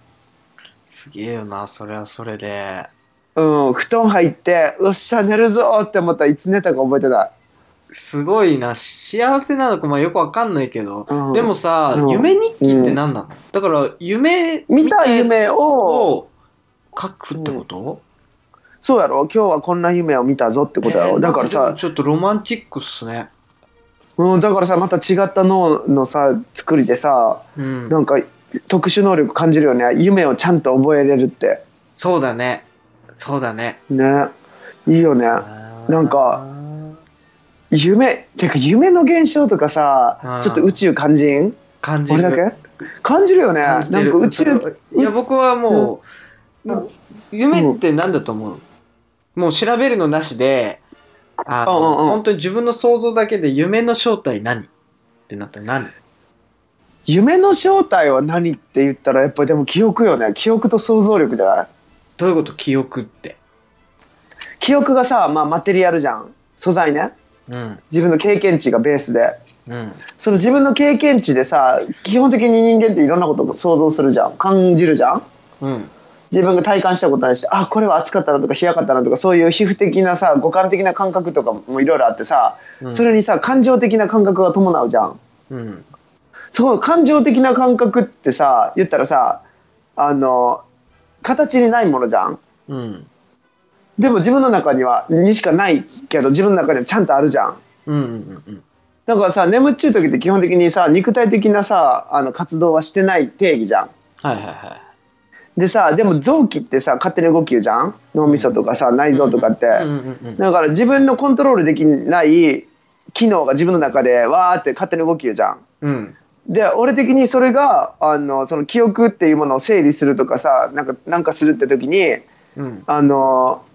Speaker 1: すげえよな、それはそれで。
Speaker 2: うん、布団入ってよっしゃ寝るぞって思ったらいつ寝たか覚えてない、
Speaker 1: すごいな、幸せなのか、まあよくわかんないけど。
Speaker 2: うん、
Speaker 1: でもさ、
Speaker 2: うん
Speaker 1: 夢日記って何なの、だから、夢、
Speaker 2: 見た夢
Speaker 1: やつ
Speaker 2: を
Speaker 1: を書くってこと、
Speaker 2: そうやろ今日はこんな夢を見たぞってことやろ、
Speaker 1: えー
Speaker 2: だ
Speaker 1: な
Speaker 2: から
Speaker 1: んで
Speaker 2: さ
Speaker 1: も、ちょっとロマンチックっすね。
Speaker 2: うん、だからさまた違った脳のさ作りでさ
Speaker 1: うん。
Speaker 2: なんか特殊能力感じるよね夢をちゃんと覚えれるって
Speaker 1: そうだね。そうだね。
Speaker 2: ねいいよね
Speaker 1: な
Speaker 2: なんか、夢てか夢の現象とか
Speaker 1: う
Speaker 2: さ
Speaker 1: ん
Speaker 2: ちょっと宇宙感じん
Speaker 1: 感じ
Speaker 2: 俺
Speaker 1: る。
Speaker 2: だけ感じるよねな
Speaker 1: 感
Speaker 2: ん
Speaker 1: じて
Speaker 2: か
Speaker 1: る
Speaker 2: 宇宙
Speaker 1: いや、僕はもう、
Speaker 2: うん
Speaker 1: 夢って何だと思う、もう調べるのなしで、あの
Speaker 2: うんうんうん
Speaker 1: 本当に自分の想像だけで夢の正体何ってなったら何
Speaker 2: 夢の正体は何って言ったらやっぱりでも記憶よね記憶と想像力じゃない
Speaker 1: どういうこと記憶って。
Speaker 2: 記憶がさ、まあ、マテリアルじゃん素材ね
Speaker 1: うん。
Speaker 2: 自分の経験値がベースで
Speaker 1: うん。
Speaker 2: その自分の経験値でさ基本的に人間っていろんなことを想像するじゃん感じるじゃん
Speaker 1: うん。
Speaker 2: 自分が体感したことないしあこれは暑かったなとか冷やかったなとかそういう皮膚的なさ五感的な感覚とかもいろいろあってさ、
Speaker 1: うん
Speaker 2: それにさ感情的な感覚が伴うじゃん
Speaker 1: うん。
Speaker 2: そこの感情的な感覚ってさ言ったらさあの形にないものじゃん
Speaker 1: うん。
Speaker 2: でも自分の中にはにしかないけど自分の中にはちゃんとあるじゃん
Speaker 1: うん。うん。うん。
Speaker 2: だからさ眠っちゅう時って基本的にさ肉体的なさあの活動はしてない定義じゃん
Speaker 1: はいはいは
Speaker 2: でさでも臓器ってさ勝手に動きよじゃん脳みそとかさ内臓とかって、
Speaker 1: い。うん。うん。うん。
Speaker 2: だから自分のコントロールできない機能が自分の中でわーって勝手に動きよじゃん。
Speaker 1: うん。
Speaker 2: で俺的にそれがあのその記憶っていうものを整理するとかさなんかなんかするって時に
Speaker 1: うん。
Speaker 2: あの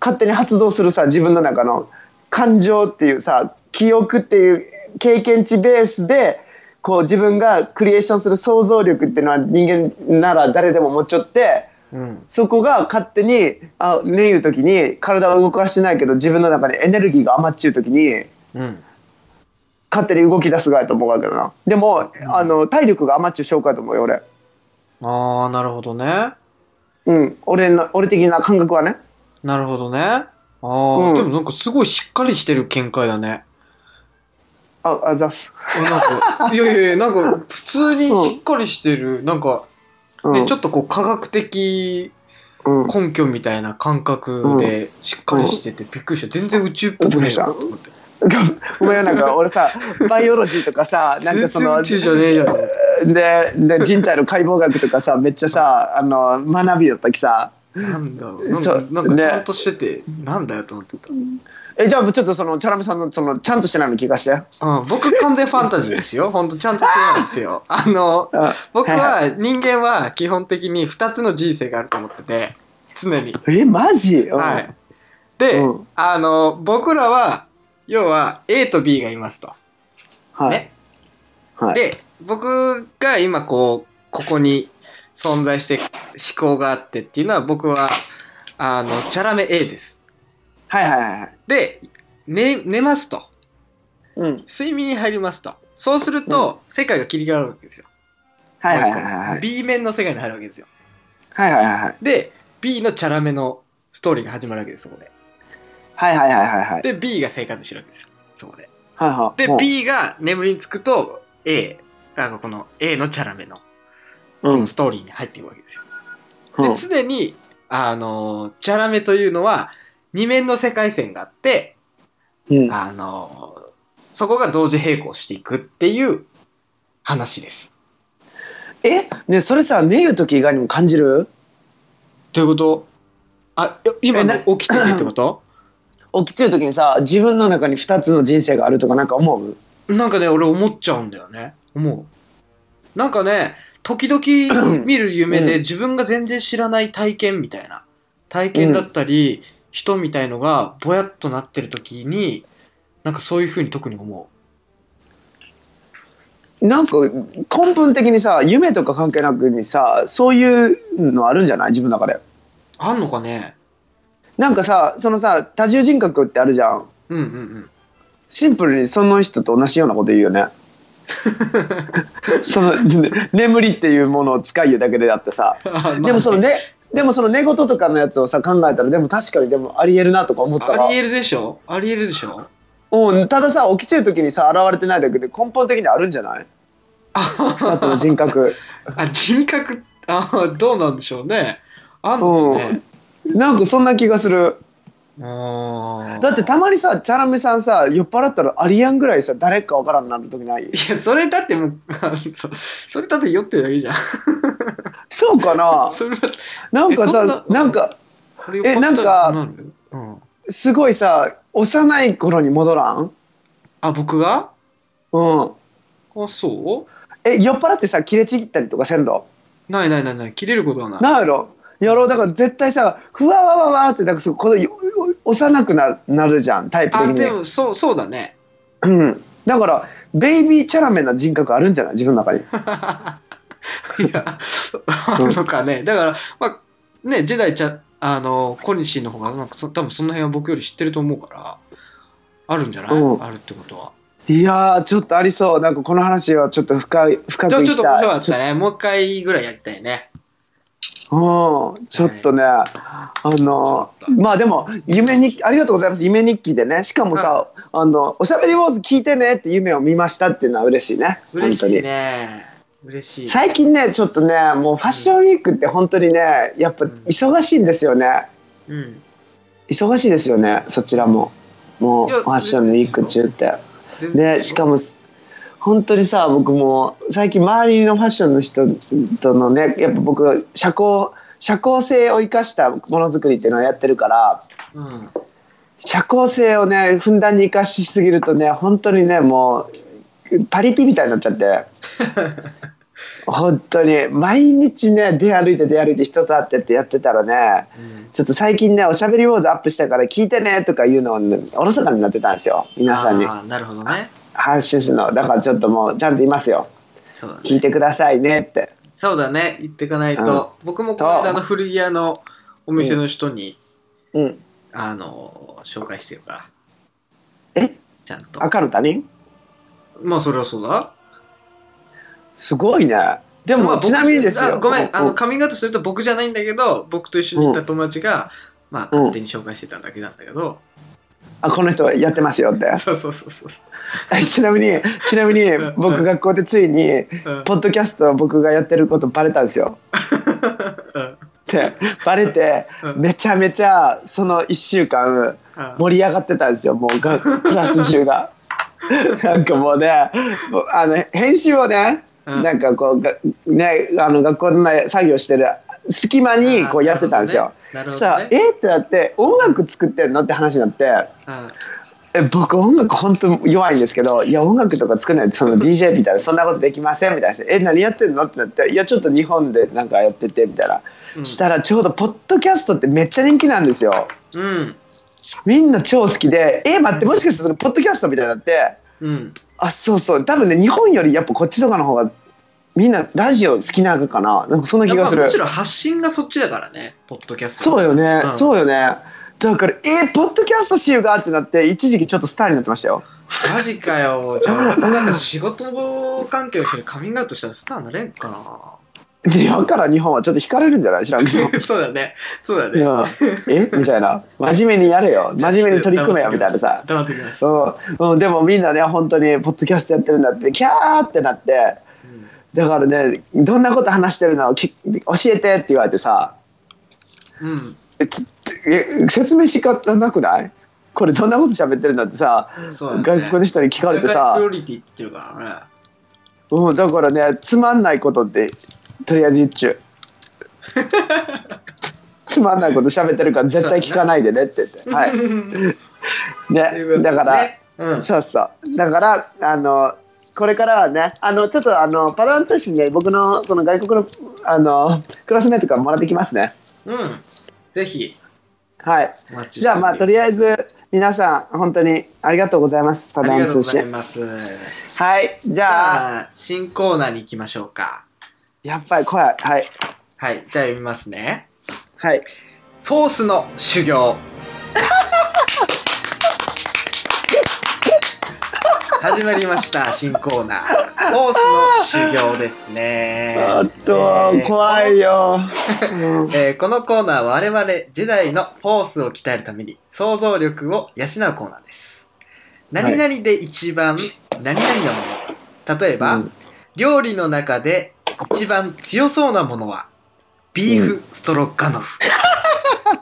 Speaker 2: 勝手に発動するさ自分の中の感情っていうさ記憶っていう経験値ベースでこう自分がクリエーションする想像力っていうのは人間なら誰でも持っちゃって。
Speaker 1: うん。
Speaker 2: そこが勝手にあ寝る時に体は動かしてないけど自分の中でエネルギーが余っちゅう時に
Speaker 1: うん。
Speaker 2: 勝手に動き出すがやと思うわけどなでも、
Speaker 1: うん
Speaker 2: あの体力が余っちゅう証拠やと思うよ俺
Speaker 1: ああ、なるほどね。
Speaker 2: うん俺の俺的な感覚はね
Speaker 1: なるほどね。ああ、
Speaker 2: うん
Speaker 1: でもなんかすごいしっかりしてる見解だね。
Speaker 2: ああざっす、
Speaker 1: あなんか、いやいやいや、なんか、普通にしっかりしてる、なんか、
Speaker 2: うん
Speaker 1: で、ちょっとこう、科学的
Speaker 2: うん、
Speaker 1: 根拠みたいな感覚で、しっかりしてて、びっくりした。全然宇宙っぽくねえなと思って。
Speaker 2: ごめんなんか俺 さバイオロジーとかさなん
Speaker 1: 全
Speaker 2: かそ
Speaker 1: 然
Speaker 2: の
Speaker 1: 宇宙じゃねえよ。
Speaker 2: でで人体の解剖学とかさめっちゃさあの学びよったきさ
Speaker 1: なんだろう。なん
Speaker 2: そ
Speaker 1: か
Speaker 2: う、
Speaker 1: なんか
Speaker 2: ね
Speaker 1: ちゃんとしてて、なんだよと思ってた。
Speaker 2: えじゃあちょっとそのチャラメさんのそのちゃんとしてないの聞かして
Speaker 1: うん、僕、完全ファンタジーですよ。ほんと、ちゃんとしてないです よ。あの、
Speaker 2: あ
Speaker 1: 僕
Speaker 2: は
Speaker 1: は、人間は基本的に2つの人生があると思ってて、常に。
Speaker 2: えマジ、うん
Speaker 1: はい。で、
Speaker 2: うん
Speaker 1: あの、僕らは、要は A と B がいますと。
Speaker 2: はい、
Speaker 1: ね
Speaker 2: はい、
Speaker 1: で、僕が今こう、ここに存在して思考があってっていうのは僕は、あの、チャラメ A です。
Speaker 2: はいはいはいはい。
Speaker 1: で、寝、寝ますと。
Speaker 2: うん。
Speaker 1: 睡眠に入りますと。そうすると、世界が切り替わるわけですよ。
Speaker 2: はいはいはいはい。はい
Speaker 1: B 面の世界に入るわけですよ。
Speaker 2: はいはいはい。
Speaker 1: で、B のチャラめのストーリーが始まるわけです、そこで。
Speaker 2: はいはいはいはいはい。
Speaker 1: で、B が生活してるわけですよ、そこで。
Speaker 2: はいはい。
Speaker 1: で
Speaker 2: もう、
Speaker 1: B が眠りにつくと、A、あの、この A のチャラめの
Speaker 2: う
Speaker 1: こ
Speaker 2: ん
Speaker 1: のストーリーに入っていくわけですよ。
Speaker 2: う
Speaker 1: で、
Speaker 2: ん
Speaker 1: 常に、あの、チャラめというのは、二面の世界線があって、
Speaker 2: うん。
Speaker 1: あの、そこが同時並行していくっていう話です。
Speaker 2: えねそれさ寝る時以外にも感じる
Speaker 1: ということあ、え今の
Speaker 2: えな
Speaker 1: 起きててってこと
Speaker 2: 起きてる時にさ自分の中に2つの人生があるとかなんか思う
Speaker 1: なんかね、俺思っちゃうんだよね。思う。なんかね、時 々見る夢
Speaker 2: う
Speaker 1: で自分が全然知らない体験みたいな。体験だったり、人みたいのがぼやっとなってる時に、なんかそういう風に特に思
Speaker 2: なんか根本的にさ夢とか関係なくにさそういうのあるんじゃない自分の中で
Speaker 1: う。あんのかね
Speaker 2: なんかさそのさ多重人格ってあるじゃん
Speaker 1: うんうんうん。
Speaker 2: シンプルにその人と同じようなこと言う よねそのね眠りっていうものを使いよだけであってさ でもその
Speaker 1: ね、
Speaker 2: ねでもその寝言とかのやつをさ考えたらでも確かにでもありえるなとか思ったら
Speaker 1: ありえるでしょありえるでしょ
Speaker 2: うん、たださ起きてる時にさ現れてないだけで根本的にあるんじゃ ない2つの人格
Speaker 1: あ人格あーどうなんでしょうねあんのかね
Speaker 2: なんかそんな気がする
Speaker 1: あー
Speaker 2: だってたまにさチャラメさんさ酔っ払ったらありえんぐらいさ誰かわからんなる時ない
Speaker 1: いやそれだってもう あそそれだって酔ってるだけじゃん
Speaker 2: そうか な
Speaker 1: それは
Speaker 2: なんか
Speaker 1: えそんな
Speaker 2: さなんか
Speaker 1: これ酔っ払ったら
Speaker 2: なんか
Speaker 1: そうるうん、
Speaker 2: すごいさ幼い頃に戻らん
Speaker 1: あ僕が
Speaker 2: うん
Speaker 1: あそう
Speaker 2: え酔っ払ってさ切れちぎったりとかせんの
Speaker 1: ないないないない切れることはない
Speaker 2: なんやろやろうだから絶対さふわわわわってなんかそうこのよ幼くななるじゃんタイプ
Speaker 1: あ
Speaker 2: 的に
Speaker 1: でもそうそうだね
Speaker 2: うん、だからベイビーチャラメな人格あるんじゃない自分の中に
Speaker 1: いやあるのかねだからまあねジェダイちゃんあの小西の方がなんかそ多分その辺は僕より知ってると思うからあるんじゃない、
Speaker 2: うん
Speaker 1: あるってことはい
Speaker 2: やーちょっとありそうなんかこの話はちょっと深い深
Speaker 1: じゃ
Speaker 2: く
Speaker 1: あ
Speaker 2: い
Speaker 1: ちょっと
Speaker 2: き
Speaker 1: 面白か
Speaker 2: たい
Speaker 1: ったね。もう一回ぐらいやりたいね。
Speaker 2: うんちょっとね、あの
Speaker 1: 面白かった
Speaker 2: まあでも夢日ありがとうございます夢日記でねしかもさ「あのおしゃべり坊主聞いてね」って夢を見ましたっていうのは嬉しいね
Speaker 1: 嬉しい
Speaker 2: 本
Speaker 1: ね。嬉し
Speaker 2: 当
Speaker 1: い。
Speaker 2: に最近ねちょっとねもうファッションウィークって本当にねやっぱ忙しいんですよね
Speaker 1: うん。
Speaker 2: 忙しいですよねそちらももう
Speaker 1: い
Speaker 2: フ
Speaker 1: や
Speaker 2: ァッションのウィーク中って。
Speaker 1: 全然
Speaker 2: ねしかも本当にさ僕も最近周りのファッションの人とのねやっぱ僕社交社交性を生かしたものづくりっていうのをやってるから
Speaker 1: うん。
Speaker 2: 社交性をねふんだんに生かしすぎるとね本当にねもうパリピみたいになっちゃって 本当に毎日ね出歩いて出歩いて人と会ってってやってたらね
Speaker 1: うん
Speaker 2: ちょっと最近ね「おしゃべり坊主」アップしたから聞いてねとか言うのを、ね、おろそかになってたんですよ皆さんに
Speaker 1: あーなるほどね。
Speaker 2: 発信するのだからちょっともうちゃんと言いますよ
Speaker 1: そうだ
Speaker 2: 聞い
Speaker 1: ね。
Speaker 2: てくださいねって
Speaker 1: そうだね。言ってかないと。僕もこの間あの古着屋のお店の人に、
Speaker 2: うん
Speaker 1: あの、紹介してるから。
Speaker 2: え
Speaker 1: ちゃんと。
Speaker 2: 赤の他人
Speaker 1: まあ、それはそうだ。
Speaker 2: すごいねでも、
Speaker 1: まあ僕
Speaker 2: ちなみにです
Speaker 1: あ
Speaker 2: よ
Speaker 1: ごめん。あ
Speaker 2: う
Speaker 1: の、カミングアウトすると僕じゃないんだけど、僕と一緒に行った友達が、まあ、勝手に紹介してただけなんだけど。
Speaker 2: あこの人やってますよって
Speaker 1: そうそうそうそうそ
Speaker 2: ちなみにちなみに
Speaker 1: んう
Speaker 2: 僕
Speaker 1: ん
Speaker 2: 学校でついに
Speaker 1: う。うん
Speaker 2: ポッドキャストを僕がやってることバレたんですよ
Speaker 1: うん
Speaker 2: ってバレて
Speaker 1: うん
Speaker 2: めちゃめちゃその1週間
Speaker 1: うん
Speaker 2: 盛り上がってたんですよもうがクラス 中がなんかもうねもうあの編集をね
Speaker 1: うん
Speaker 2: なんかこうがねあの学校の作業してる隙間にこうやってたんですよ。
Speaker 1: なる
Speaker 2: そ
Speaker 1: ほど
Speaker 2: したら
Speaker 1: ね。
Speaker 2: えってなって音楽作ってんのって話になって
Speaker 1: うん
Speaker 2: え僕音楽本当弱いんですけどいや音楽とか作らないとその DJ みたいなそんなことできませんみたいなえ何やってんのってなっていやちょっと日本でなんかやっててみたいな
Speaker 1: うん
Speaker 2: したらちょうどポッドキャストってめっちゃ人気なんですよ
Speaker 1: うん。
Speaker 2: みんな超好きでえ待ってもしかしてそれポッドキャストみたいになって
Speaker 1: うん。
Speaker 2: あそうそう多分ね日本よりやっぱこっちとかの方がみんなラジオ好きなのかななんかそんな気がす
Speaker 1: まあむ
Speaker 2: る
Speaker 1: しろ発信がそっちだからね、ポッドキャスト。
Speaker 2: そうよね、
Speaker 1: うん
Speaker 2: そうよねだからえー、ポッドキャストしようかってなって一時期ちょっとスターになってましたよ
Speaker 1: マジかよ。じゃあ、なんか仕事関係の人にカミングアウトしたらスターになれんか な。
Speaker 2: でだから日本はちょっと惹かれるんじゃない知らんけど
Speaker 1: そうだね。そうだ
Speaker 2: い
Speaker 1: ね。
Speaker 2: やえみたいな真面目にやれよ真面目に取り組めよみたいなさ
Speaker 1: 黙ってきます。
Speaker 2: うん、うん、でもみんなね本当にポッドキャストやってるんだってキャーってなって
Speaker 1: うん
Speaker 2: だからねどんなこと話してるのき教えてって言われてさ
Speaker 1: うん。
Speaker 2: えきえ説明し方なくないこれどんなこと喋ってるんだってさ
Speaker 1: そうだね。
Speaker 2: 外国の人に聞かれ
Speaker 1: 世
Speaker 2: て
Speaker 1: 界
Speaker 2: さ
Speaker 1: プ、ロリティって言ってるからね。
Speaker 2: うん、だからねつまんないことってとりあえず言っちゅ うつつまんないこと喋ってるから絶対聞かないでねって言って、はいね、だから、
Speaker 1: ねうん。
Speaker 2: そうそう。だから、あの、これからはね、あの、ちょっと、あの、パラン通信で、僕の、その外国の、あの、クラスメートからもらってきますね。
Speaker 1: うん。ぜひ、
Speaker 2: はい。
Speaker 1: お待ちして
Speaker 2: じゃあ、まあ、とりあえ
Speaker 1: ず、
Speaker 2: ず、皆さん、本当にありがとうございます。パ
Speaker 1: あり
Speaker 2: ラ
Speaker 1: が
Speaker 2: ン
Speaker 1: とうご
Speaker 2: 通
Speaker 1: ざい
Speaker 2: 信。
Speaker 1: ます。
Speaker 2: はい。じ
Speaker 1: じ
Speaker 2: ゃあ、
Speaker 1: ゃあ、新コーナーに行きましょうか。
Speaker 2: やっぱり声、はい。
Speaker 1: はい。じゃあ、読みますね。
Speaker 2: はい。
Speaker 1: フォースの修行。始まりました新コーナーフォースの修行ですね
Speaker 2: あと
Speaker 1: え、ー
Speaker 2: 怖いよ。うん
Speaker 1: えーこのコーナーは我々時代のフォースを鍛えるために想像力を養うコーナーです何々で一番、何々なもの例えば、
Speaker 2: うん
Speaker 1: 料理の中で一番強そうなものはビーフストロガノフ、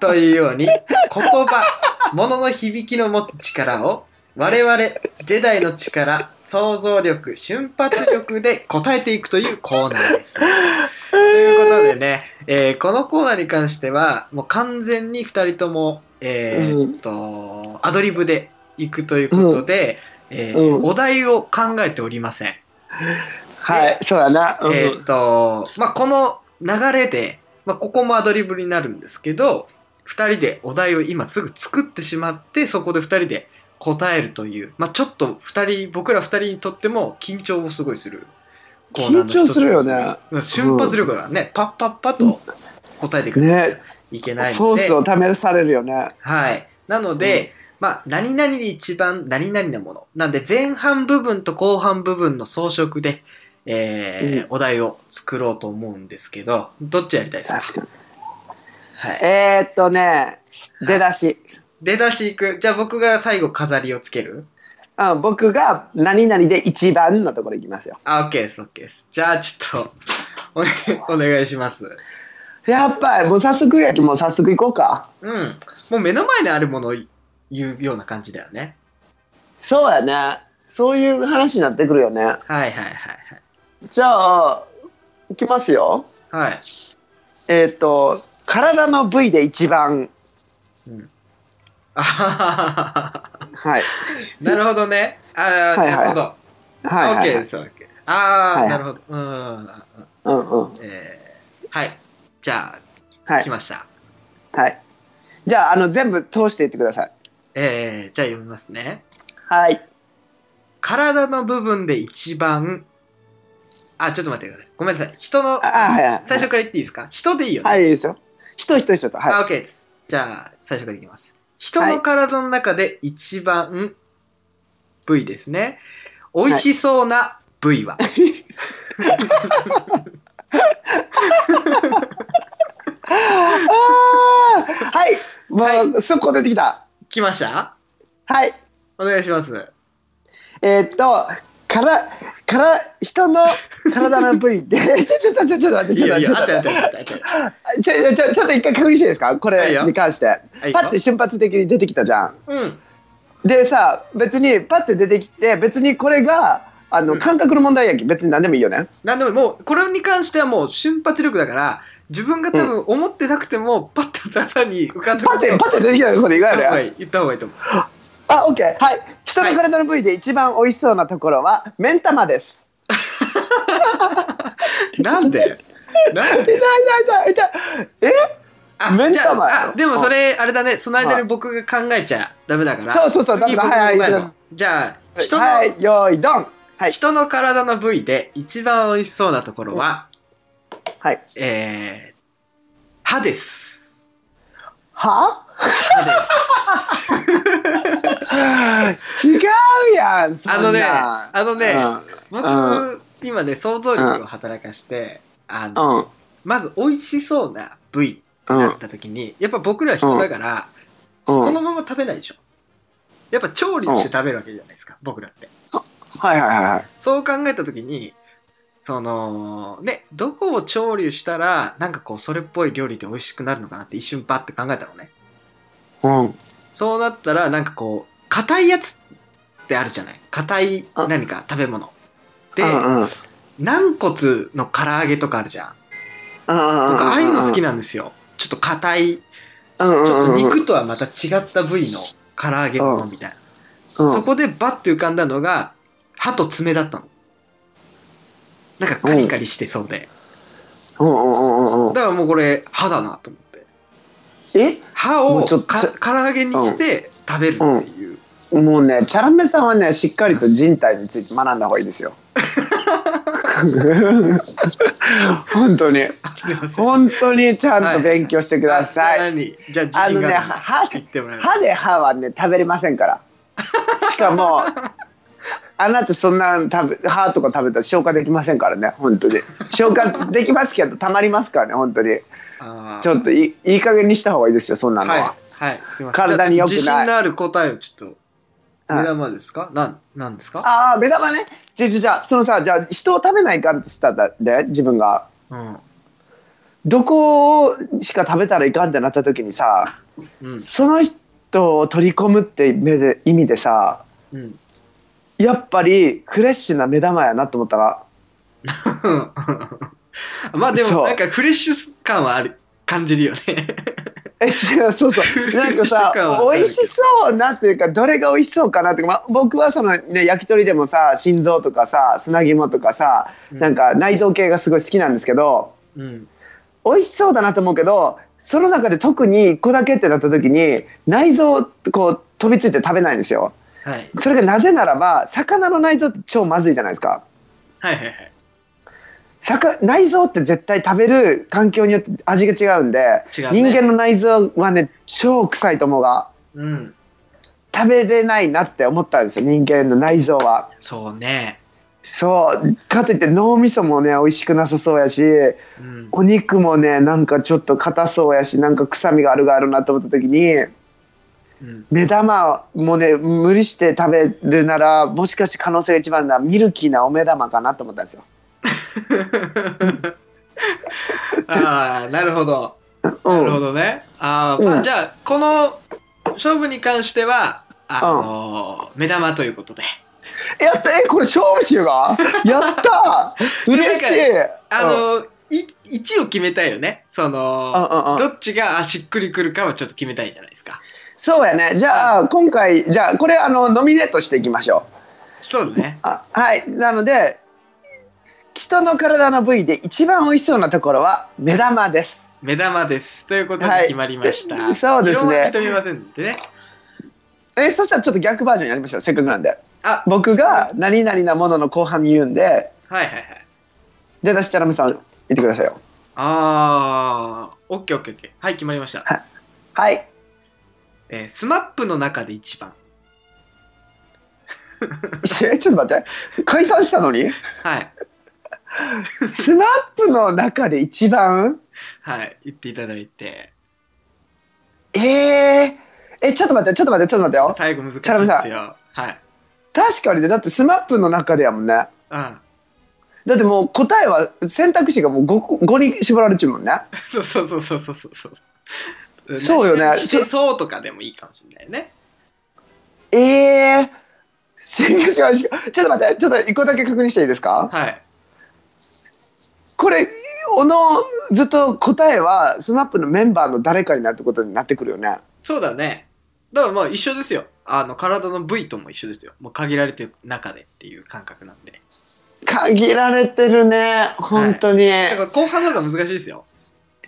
Speaker 1: というように言葉物の響きの持つ力を我々ジェダイの力想像力瞬発力で答えていくというコーナーです。ということでね、えーこのコーナーに関してはもう完全に2人とも、えーっとアドリブでいくということで、えー
Speaker 2: うん
Speaker 1: お題を考えておりません。
Speaker 2: はい、そうだな。うん
Speaker 1: えーっと、まあ、この流れで、まあ、ここもアドリブになるんですけど、二人でお題を今すぐ作ってしまって、そこで二人で答えるという、まあ、ちょっと二人、僕ら二人にとっても緊張をすごいするコーナーの一つ
Speaker 2: 緊張するよね。
Speaker 1: うん瞬発力がね、パッパッパッと答えていかな
Speaker 2: ね、
Speaker 1: きゃいけ
Speaker 2: フ
Speaker 1: ないので。
Speaker 2: ォースを試されるよね。
Speaker 1: はい。なので、まあ、何々で一番何々なもの。なんで、前半部分と後半部分の装飾で、えー
Speaker 2: うん
Speaker 1: お題を作ろうと思うんですけど、どっちやりたいですか
Speaker 2: 確かに。
Speaker 1: はい。
Speaker 2: えー、っとね、
Speaker 1: い
Speaker 2: 出だし。
Speaker 1: 出だしいく。じゃあ僕が最後飾りをつける
Speaker 2: あ僕が何々で一番のところいきますよ。
Speaker 1: あ、OK です、OK です。じゃあちょっと、お,、お願いします。
Speaker 2: やっぱりもう早速やきもう早速行こうか。
Speaker 1: うん。もう目の前にあるものを言うような感じだよね。
Speaker 2: そうやね。そういう話になってくるよね。
Speaker 1: はいはいはい
Speaker 2: じゃあ、行きますよ。
Speaker 1: はい。はい。
Speaker 2: えーっ、と、体の部位で一番。
Speaker 1: あはははは
Speaker 2: はい。
Speaker 1: なるほどね。あー、
Speaker 2: いはい
Speaker 1: なるほど。
Speaker 2: はい、は
Speaker 1: OK
Speaker 2: い、は
Speaker 1: で
Speaker 2: い。
Speaker 1: す OK ですああ、
Speaker 2: はいはい
Speaker 1: なるほどうん
Speaker 2: うんうん。
Speaker 1: えー、はいじゃあ、
Speaker 2: は
Speaker 1: 来
Speaker 2: い。
Speaker 1: ました
Speaker 2: はい。じゃあ、あの、全部通していってください。
Speaker 1: えー、じゃあ読みますね
Speaker 2: はい。
Speaker 1: 体の部分で一番あちょっと待ってくださいごめんなさい人の
Speaker 2: あ、はい、はい。
Speaker 1: 最初から言っていいですか人でいいよね、
Speaker 2: はい、いいですよ。人、人、人と。
Speaker 1: あ
Speaker 2: は
Speaker 1: OK ですじゃあ最初からいきます人の体の中で一番部位ですね美味しそうな部位は、
Speaker 2: い。ああーはい。もう、速攻出てきた。
Speaker 1: 来ました
Speaker 2: はい。
Speaker 1: お願いします
Speaker 2: えーっと、から、から、人の体の部位で、 ちょっと、ちょっと、ちょっと待って、
Speaker 1: い
Speaker 2: ちょっ
Speaker 1: や
Speaker 2: と、
Speaker 1: い
Speaker 2: ちょ
Speaker 1: や
Speaker 2: っと
Speaker 1: あったあった
Speaker 2: 待っ
Speaker 1: あったあった
Speaker 2: て、ちょ、ちょ、ちょっと一回確認していいですかこ
Speaker 1: はい
Speaker 2: れ
Speaker 1: よ
Speaker 2: に関して。
Speaker 1: はい
Speaker 2: パッて瞬発的に出てきたじゃん。
Speaker 1: うん
Speaker 2: でさ、別にパッて出てきて、別にこれが、あ
Speaker 1: う
Speaker 2: の、
Speaker 1: ん
Speaker 2: 感覚の問題やき、別に何でもいいよね。
Speaker 1: なんでももうこれに関してはもう瞬発力だから自分が多分思ってなくてもパッと頭に浮かんで
Speaker 2: パッて、パッて出てきたところでいいわ
Speaker 1: 言った方が
Speaker 2: よ
Speaker 1: いい
Speaker 2: ね。
Speaker 1: 言った方がいいと思う
Speaker 2: あ、オッケー。はい。人の体の部位で一番美味しそうなところは、目ん玉です。
Speaker 1: なんでなん
Speaker 2: 痛い
Speaker 1: で
Speaker 2: 痛い痛い痛い。
Speaker 1: あ
Speaker 2: 目ん玉
Speaker 1: じゃああでもそれあれだねその間に僕が考えちゃダメだから
Speaker 2: そうそうそう
Speaker 1: 次
Speaker 2: だ
Speaker 1: 僕
Speaker 2: か
Speaker 1: が
Speaker 2: らはいはい
Speaker 1: 考えるじゃあ
Speaker 2: え
Speaker 1: 人の、
Speaker 2: はい、よーい、ドン。はい。
Speaker 1: 人の体の部位で一番美味しそうなところは、
Speaker 2: はい。
Speaker 1: えー、歯です
Speaker 2: は
Speaker 1: 歯です。
Speaker 2: 違うやんそんな
Speaker 1: あのね、あのね、僕、
Speaker 2: う
Speaker 1: 今ね、想像力を働かして、あ
Speaker 2: う
Speaker 1: の、
Speaker 2: んうん
Speaker 1: まず美味しそうな部位
Speaker 2: う
Speaker 1: になんった時に、やっぱ僕ら人だから、
Speaker 2: うん
Speaker 1: そのまま食べないでしょ。やっぱ調理して食べるわけじゃないですか、僕らって。
Speaker 2: はいはいはいはい
Speaker 1: そう考えた時に、その、ね、どこを調理したら、なんかこう、それっぽい料理って美味しくなるのかなって一瞬バッて考えたのね。
Speaker 2: うん
Speaker 1: そうなったら、なんかこう、硬いやつってあるじゃない硬い
Speaker 2: あ
Speaker 1: 何か食べ物。で、
Speaker 2: うんうん
Speaker 1: 軟骨の唐揚げとかあるじゃん。僕、ああいうの好きなんですよ。ちょっと硬い、ち
Speaker 2: うんうんう
Speaker 1: ょ
Speaker 2: ん
Speaker 1: っと肉とはまた違った部位の唐揚げのみたいな。
Speaker 2: うん
Speaker 1: そこでバッて浮かんだのが、歯と爪だったの。なんかカリカリしてそうで。
Speaker 2: うんうんうんうんうん
Speaker 1: だからもうこれ、歯だなと思って。
Speaker 2: え
Speaker 1: 歯
Speaker 2: も
Speaker 1: を
Speaker 2: うちょっと
Speaker 1: か唐揚げにして食べるっていう。
Speaker 2: もうねチャラメさんはねしっかりと人体について学んだ方がいいで すよ本当に
Speaker 1: すいません
Speaker 2: 本当にちゃんと勉強してください、
Speaker 1: あじゃあ何じゃあ
Speaker 2: あ
Speaker 1: 自信
Speaker 2: のね
Speaker 1: があるの
Speaker 2: 歯
Speaker 1: 言ってもらえる
Speaker 2: 歯で歯はね食べれませんからしか もあなたそんな食べ歯とか食べたら消化できませんからね本当に消化できますけどたまりますからね本当に
Speaker 1: あー
Speaker 2: ちょっといいいい加減にした方がいいですよそんなのは、
Speaker 1: はいはいすいません
Speaker 2: 体に良くない
Speaker 1: じゃあちょっと自信のある答えをちょっと
Speaker 2: はい
Speaker 1: 目玉ですかなんなんですか
Speaker 2: ああ目玉ねじゃじゃじゃそのさじゃあ人を食べないかんってしたらで自分が
Speaker 1: うん
Speaker 2: どこしか食べたらいかんってなった時にさ
Speaker 1: うん
Speaker 2: その人を取り込むって目で意味でさ
Speaker 1: うん
Speaker 2: やっぱりフレッシュな目玉やなと思ったら
Speaker 1: まあで
Speaker 2: そ
Speaker 1: も
Speaker 2: う
Speaker 1: なんかフレッシュ感はある感じるよね
Speaker 2: えそうそうそうなんかさ
Speaker 1: 一週間はあるけど
Speaker 2: 美味しそうなというかどれが美味しそうかなとか、まあ、僕はその、ね、焼き鳥でもさ心臓とかさ砂肝とかさ なんか内臓系がすごい好きなんですけど
Speaker 1: うん
Speaker 2: 美味しそうだなと思うけどその中で特に1個だけってなった時に内臓こう飛びついて食べないんですよ
Speaker 1: はい
Speaker 2: それがなぜならば魚の内臓って超まずいじゃないですか
Speaker 1: はいはいはい
Speaker 2: 魚内臓って絶対食べる環境によって味が違うんで
Speaker 1: 違うね
Speaker 2: 人間の内臓はね超臭いと思うが。
Speaker 1: うん
Speaker 2: 食べれないなって思ったんですよ人間の内臓は
Speaker 1: そうね
Speaker 2: そうかといって脳みそもね美味しくなさそうやし
Speaker 1: うん
Speaker 2: お肉もねなんかちょっと硬そうやしなんか臭みがあるがあるなと思った時に
Speaker 1: うん
Speaker 2: 目玉もね無理して食べるならもしかして可能性が一番なミルキーなお目玉かなと思ったんですよ、
Speaker 1: ああなるほど
Speaker 2: う
Speaker 1: なるほ
Speaker 2: ん、
Speaker 1: どね。あーま
Speaker 2: う
Speaker 1: あ、
Speaker 2: ん
Speaker 1: じゃあ、この勝負に関しては、あのー目玉ということで。
Speaker 2: やったえこれ勝負しよう がやった嬉しい
Speaker 1: あのーい、1を決めたいよね。その、
Speaker 2: うんうんうん
Speaker 1: どっちがあしっくりくるかはちょっと決めたいじゃないですか。
Speaker 2: そうやねじゃあ今回じゃあこれあのノミネートしていきましょう
Speaker 1: そうだね。
Speaker 2: あはいなので人の体の部位で一番美味しそうなところは目玉です
Speaker 1: 目玉です。ということで
Speaker 2: はい
Speaker 1: 決まりました。
Speaker 2: でそうですね
Speaker 1: 異論は認めませんでね。
Speaker 2: えそしたらちょっと逆バージョンやりましょうせっかくなんで
Speaker 1: あ、
Speaker 2: 僕が何々なものの後半に言うんで
Speaker 1: はいはいはい。
Speaker 2: で私チャラメさん言ってくださいよ
Speaker 1: あー、オッケーオッケーオッケー。はい、決まりました。
Speaker 2: はい
Speaker 1: えー、スマップの中で一番。
Speaker 2: えちょっと待って解散した のに
Speaker 1: はい。
Speaker 2: スマップの中で一番
Speaker 1: はい。言っていただいて。
Speaker 2: えー、えちょっと待ってちょっと待ってちょっと待ってよ
Speaker 1: 最後難しいで
Speaker 2: チャラメさ
Speaker 1: すよ。はい。
Speaker 2: 確かにねだってスマップの中でやもんね
Speaker 1: うん。
Speaker 2: だってもう答えは選択肢がもう 5, 5に絞られちゅうもんね
Speaker 1: そうそうそうそうそうそうそう。
Speaker 2: そうよね
Speaker 1: 何々して
Speaker 2: そ
Speaker 1: そうとかでもいいかもしれないね。
Speaker 2: ええー、違う違う違うちょっと待ってちょっと一個だけ確認していいですか
Speaker 1: はい。
Speaker 2: これおのずっと答えはスマップのメンバーの誰かになるってことになってくるよね
Speaker 1: そうだね。だからまあ一緒ですよ。あの、体の部位とも一緒ですよ。もう限られてる中でっていう感覚なんで。
Speaker 2: 限られてるね本当に、
Speaker 1: だから後半の方が難しいですよ。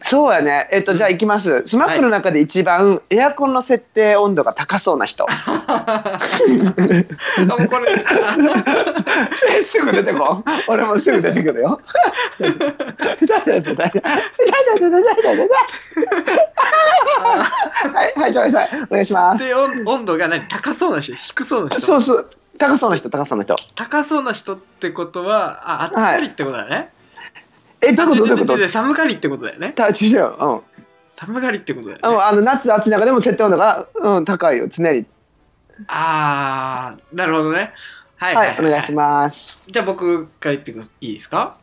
Speaker 2: そうやね。えっと、じゃあ行きます。スマップの中で一番エアコンの設定温度が高そうな人。
Speaker 1: あもうこれ、
Speaker 2: すぐ出てこん。俺もすぐ出てくるよ。はい、はい、ごめんなさい。お願いします。
Speaker 1: で温温度が何高そうな人低そうな
Speaker 2: そ
Speaker 1: 人
Speaker 2: うそう。高そうな人、高そうな人。
Speaker 1: 高そうな人ってことはあ暑がりってことだね、
Speaker 2: え、どういうことど
Speaker 1: あ
Speaker 2: ういう
Speaker 1: 違う違う違う
Speaker 2: こ
Speaker 1: 寒がりってことだよね
Speaker 2: と違う。うん。
Speaker 1: 寒がりってことだよね
Speaker 2: あのあの夏暑い中でも設定温度が、うん、高いよ、常に。
Speaker 1: あーなるほどねはいは、
Speaker 2: はいい、お願いします。
Speaker 1: じゃあ僕から言ってくいいですか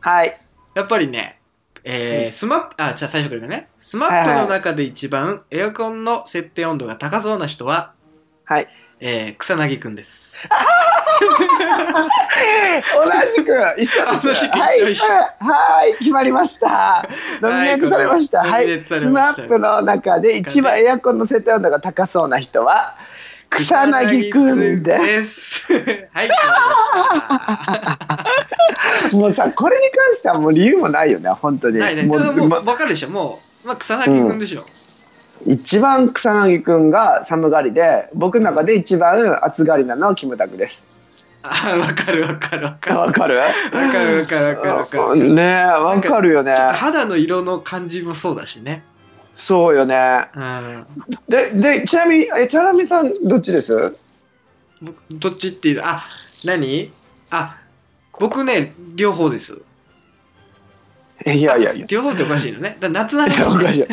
Speaker 2: はい。
Speaker 1: やっぱりね、えー、スマップ、あ、じゃあ最初からね、スマップの中で一番エアコンの設定温度が高そうな人は、
Speaker 2: はい。
Speaker 1: えー、草薙くんです。
Speaker 2: 同じく、一緒
Speaker 1: 同じく
Speaker 2: はい、
Speaker 1: 一緒
Speaker 2: はい、決まりました。 ノミネートされました。
Speaker 1: は
Speaker 2: はいい。
Speaker 1: ノミネートさ
Speaker 2: ス
Speaker 1: れま
Speaker 2: マ
Speaker 1: した
Speaker 2: ップの中で一番エアコンの設定温度が高そうな人は、草薙くんで
Speaker 1: です。 はい、わかりました。
Speaker 2: す。もうさ、これに関してはもう理由もないよね、本当に。
Speaker 1: はい、ね、
Speaker 2: もう
Speaker 1: もう、
Speaker 2: ま
Speaker 1: わかるでしょ、もう、まあ、草薙くんでしょ。
Speaker 2: 一番草薙くんが寒がりで、僕の中で一番暑がりなのはキムタクです。
Speaker 1: あ、わかるわか るわかる。
Speaker 2: わかる
Speaker 1: わかる
Speaker 2: わ
Speaker 1: わかるわかるわかる。
Speaker 2: ねえ、わかるよね
Speaker 1: ちょ。っと肌の色の感じもそうだしね。
Speaker 2: そうよね。
Speaker 1: うん。
Speaker 2: で、で、ちなみに、え、チャラミさん、どっちです
Speaker 1: 僕どっちっていうあ何あ僕ね両方です
Speaker 2: えいやいや いや。
Speaker 1: 両方っておかしいのねだ夏ない
Speaker 2: やおかしい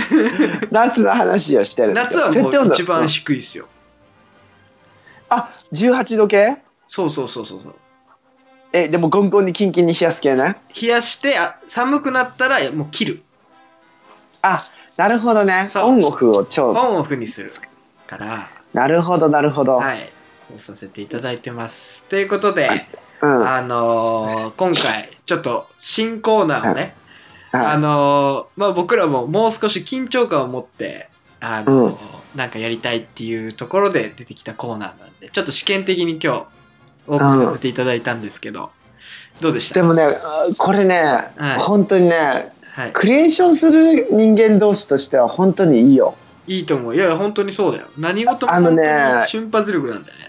Speaker 2: 夏の話をしてるんです
Speaker 1: 夏
Speaker 2: よ
Speaker 1: はも
Speaker 2: 設定温
Speaker 1: う
Speaker 2: 度
Speaker 1: 一番
Speaker 2: ん
Speaker 1: 低いっすよ、
Speaker 2: あ18度計
Speaker 1: そうそうそうそうそう
Speaker 2: えでもゴンゴンにキンキンに冷やす系ね
Speaker 1: 冷やしてあ寒くなったらもう切る
Speaker 2: あなるほどね
Speaker 1: そう
Speaker 2: オンオフを
Speaker 1: オ
Speaker 2: 超
Speaker 1: ンオフにするから
Speaker 2: なるほどなるほど、
Speaker 1: はいそうさせていただいてますということで、
Speaker 2: うんはい
Speaker 1: あのー今回ちょっと新コーナーをね、あ
Speaker 2: は
Speaker 1: のーまあ僕らももう少し緊張感を持って、あのーなんかやりたいっていうところで出てきたコーナーなんで、ちょっと試験的に今日、オープンさせていただいたんですけど、どうでし
Speaker 2: い、
Speaker 1: た
Speaker 2: でもねあこれね、
Speaker 1: い
Speaker 2: 本当にね
Speaker 1: はい。
Speaker 2: クリエーションする人間同士としては本当にいいよ
Speaker 1: いいと思う。いやいや、本当にそうだよ。何事も
Speaker 2: あの
Speaker 1: 本当
Speaker 2: ね
Speaker 1: に瞬発力なんだよね。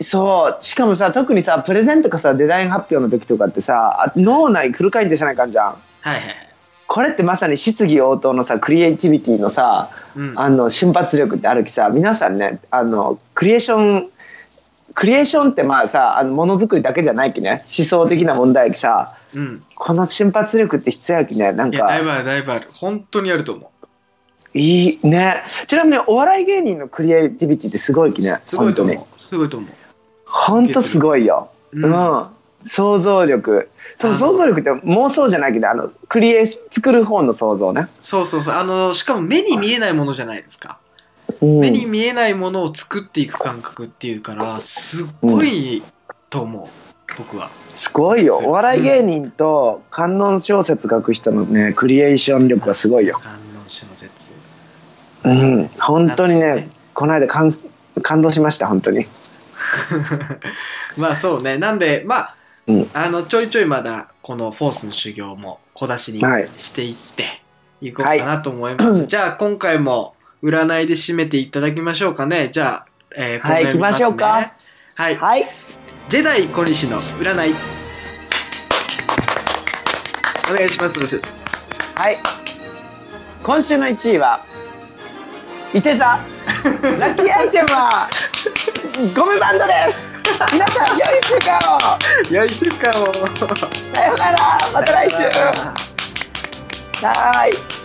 Speaker 2: そうしかもさ特にさプレゼンとかさデザイン発表の時とかってさあ脳内フル回転しないかんじゃん
Speaker 1: はいはいはい。
Speaker 2: これってまさに質疑応答のさクリエイティビティのさ
Speaker 1: うん。
Speaker 2: あの瞬発力ってあるきさ皆さんねあのクリエーションクリエーションってまあさあのものづくりだけじゃないきね思想的な問題やきさ
Speaker 1: うん。
Speaker 2: この瞬発力って必要やきねなん
Speaker 1: いや、だいぶ
Speaker 2: か
Speaker 1: ある、だいぶある。本当にあると思う。
Speaker 2: いいねちなみにお笑い芸人のクリエイティビティってすごいきね
Speaker 1: すご
Speaker 2: 本
Speaker 1: いと
Speaker 2: 当
Speaker 1: 思
Speaker 2: に
Speaker 1: う。すごいと思う。
Speaker 2: 本当すごいよ、
Speaker 1: う
Speaker 2: うん想像力そ
Speaker 1: あ
Speaker 2: の
Speaker 1: の
Speaker 2: 想像力って妄想じゃないけどあのクリエ作る方の想像ね、
Speaker 1: そうそうそう。あのーしかも目に見えないものじゃないですか。
Speaker 2: うん
Speaker 1: 目に見えないものを作っていく感覚っていうからすっごいと思う、僕は
Speaker 2: すごいよお笑い芸人と観音小説書く人のねクリエーション力はすごいよ、
Speaker 1: 観音小説
Speaker 2: うん、本当に
Speaker 1: なる
Speaker 2: ねこの間感感動しました本当
Speaker 1: ほ
Speaker 2: に
Speaker 1: どね まあそうねなんでまあ,、
Speaker 2: うん
Speaker 1: あのちょいちょいまだこのフォースの修行も小出しに
Speaker 2: はい
Speaker 1: していっていこうかなと思います、じゃあ今回も占いで締めていただきましょうかねじゃあ、えー、
Speaker 2: はい
Speaker 1: こんなやり
Speaker 2: 行きましょうか
Speaker 1: すねはい、
Speaker 2: はい
Speaker 1: ジェダイ小西の占いお願いします
Speaker 2: はい今週の1位は伊 手座ラッキーアイテムはゴムバンドです皆さん良い週間を
Speaker 1: よいしょかも
Speaker 2: さようならまた来週はーい